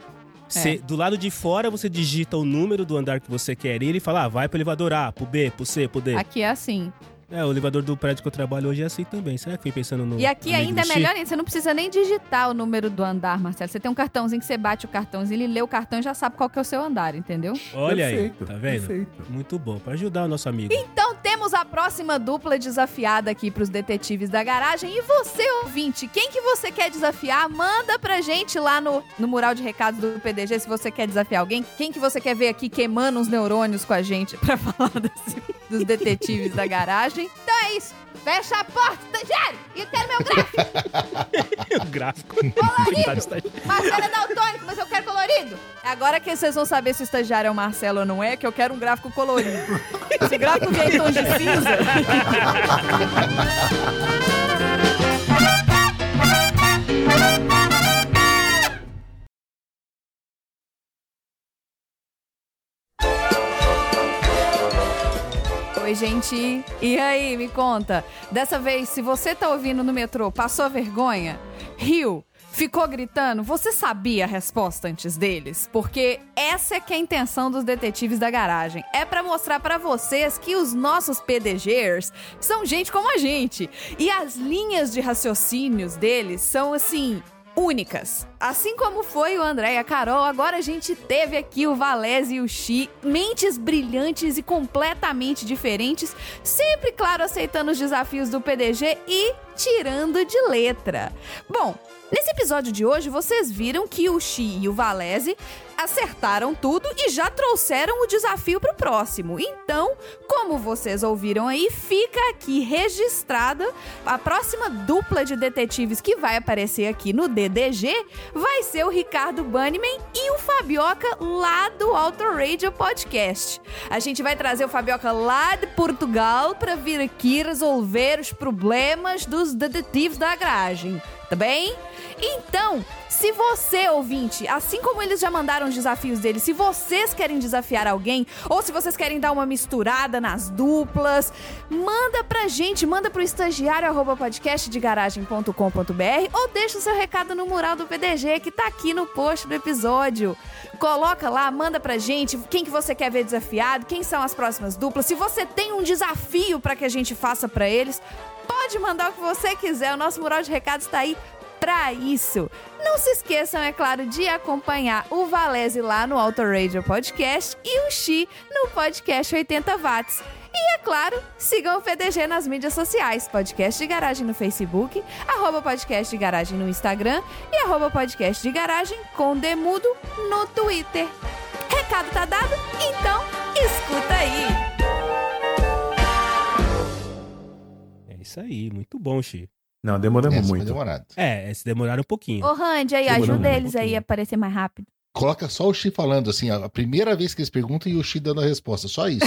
[SPEAKER 3] Você- do lado de fora você digita o número do andar que você quer ir e fala, ah, vai pro elevador A, pro B, pro C, pro D.
[SPEAKER 4] Aqui é assim.
[SPEAKER 3] É, o elevador do prédio que eu trabalho hoje é assim também. Será que foi pensando no.
[SPEAKER 4] E aqui
[SPEAKER 3] amigo
[SPEAKER 4] ainda é
[SPEAKER 3] do Chico?
[SPEAKER 4] melhor ainda, você não precisa nem digitar o número do andar, Marcelo. Você tem um cartãozinho que você bate o cartãozinho, ele lê o cartão e já sabe qual que é o seu andar, entendeu?
[SPEAKER 3] Olha
[SPEAKER 6] Perfeito,
[SPEAKER 3] aí, tá vendo?
[SPEAKER 6] Perfeito.
[SPEAKER 3] Muito bom, pra ajudar o nosso amigo.
[SPEAKER 4] Então temos a próxima dupla desafiada aqui pros detetives da garagem. E você, ouvinte, quem que você quer desafiar? Manda pra gente lá no, no mural de recados do PDG se você quer desafiar alguém. Quem que você quer ver aqui queimando uns neurônios com a gente pra falar desse- dos detetives da garagem? Então é isso. Fecha a porta, estagiário! E eu quero meu gráfico!
[SPEAKER 3] o gráfico. tá Coitado, está-
[SPEAKER 4] Marcelo é daltônico, mas eu quero colorido! É Agora que vocês vão saber se o estagiário é o Marcelo ou não é, que eu quero um gráfico colorido. Esse gráfico vem em tons de cinza. Oi, gente. E aí, me conta. Dessa vez, se você tá ouvindo no metrô, passou vergonha? Riu? Ficou gritando? Você sabia a resposta antes deles? Porque essa é que é a intenção dos detetives da garagem. É pra mostrar pra vocês que os nossos PDGers são gente como a gente. E as linhas de raciocínios deles são assim únicas. Assim como foi o André e a Carol, agora a gente teve aqui o Valese e o Chi, mentes brilhantes e completamente diferentes, sempre, claro, aceitando os desafios do PDG e tirando de letra. Bom, nesse episódio de hoje vocês viram que o Chi e o Valese acertaram tudo e já trouxeram o desafio pro próximo. Então, como vocês ouviram aí, fica aqui registrada a próxima dupla de detetives que vai aparecer aqui no DDG vai ser o Ricardo Bunnyman e o Fabioca lá do Auto Radio Podcast. A gente vai trazer o Fabioca lá de Portugal para vir aqui resolver os problemas dos detetives da garagem, tá bem? Então, se você, ouvinte, assim como eles já mandaram os desafios deles, se vocês querem desafiar alguém, ou se vocês querem dar uma misturada nas duplas, manda pra gente, manda pro estagiário arroba podcastdegaragem.com.br ou deixa o seu recado no mural do PDG que tá aqui no post do episódio. Coloca lá, manda pra gente quem que você quer ver desafiado, quem são as próximas duplas, se você tem um desafio pra que a gente faça pra eles, pode mandar o que você quiser, o nosso mural de recados tá aí pra isso. Não se esqueçam, é claro, de acompanhar o Valese lá no Auto Radio Podcast e o Xi no podcast 80 watts. E é claro, sigam o PDG nas mídias sociais, podcast de garagem no Facebook, arroba podcast de garagem no Instagram e arroba podcast de garagem com demudo no Twitter. Recado tá dado? Então, escuta aí!
[SPEAKER 3] É isso aí, muito bom, Chi.
[SPEAKER 6] Não, demoramos
[SPEAKER 5] Essa foi
[SPEAKER 6] muito.
[SPEAKER 5] demorada.
[SPEAKER 3] É, é, se demoraram um pouquinho.
[SPEAKER 4] Ô, Randy, aí,
[SPEAKER 6] Demorou
[SPEAKER 4] ajuda
[SPEAKER 6] um
[SPEAKER 4] eles aí
[SPEAKER 3] pouquinho.
[SPEAKER 4] a aparecer mais rápido.
[SPEAKER 5] Coloca só o Xi falando, assim, a a primeira vez que eles perguntam e o Xi dando a resposta. Só isso.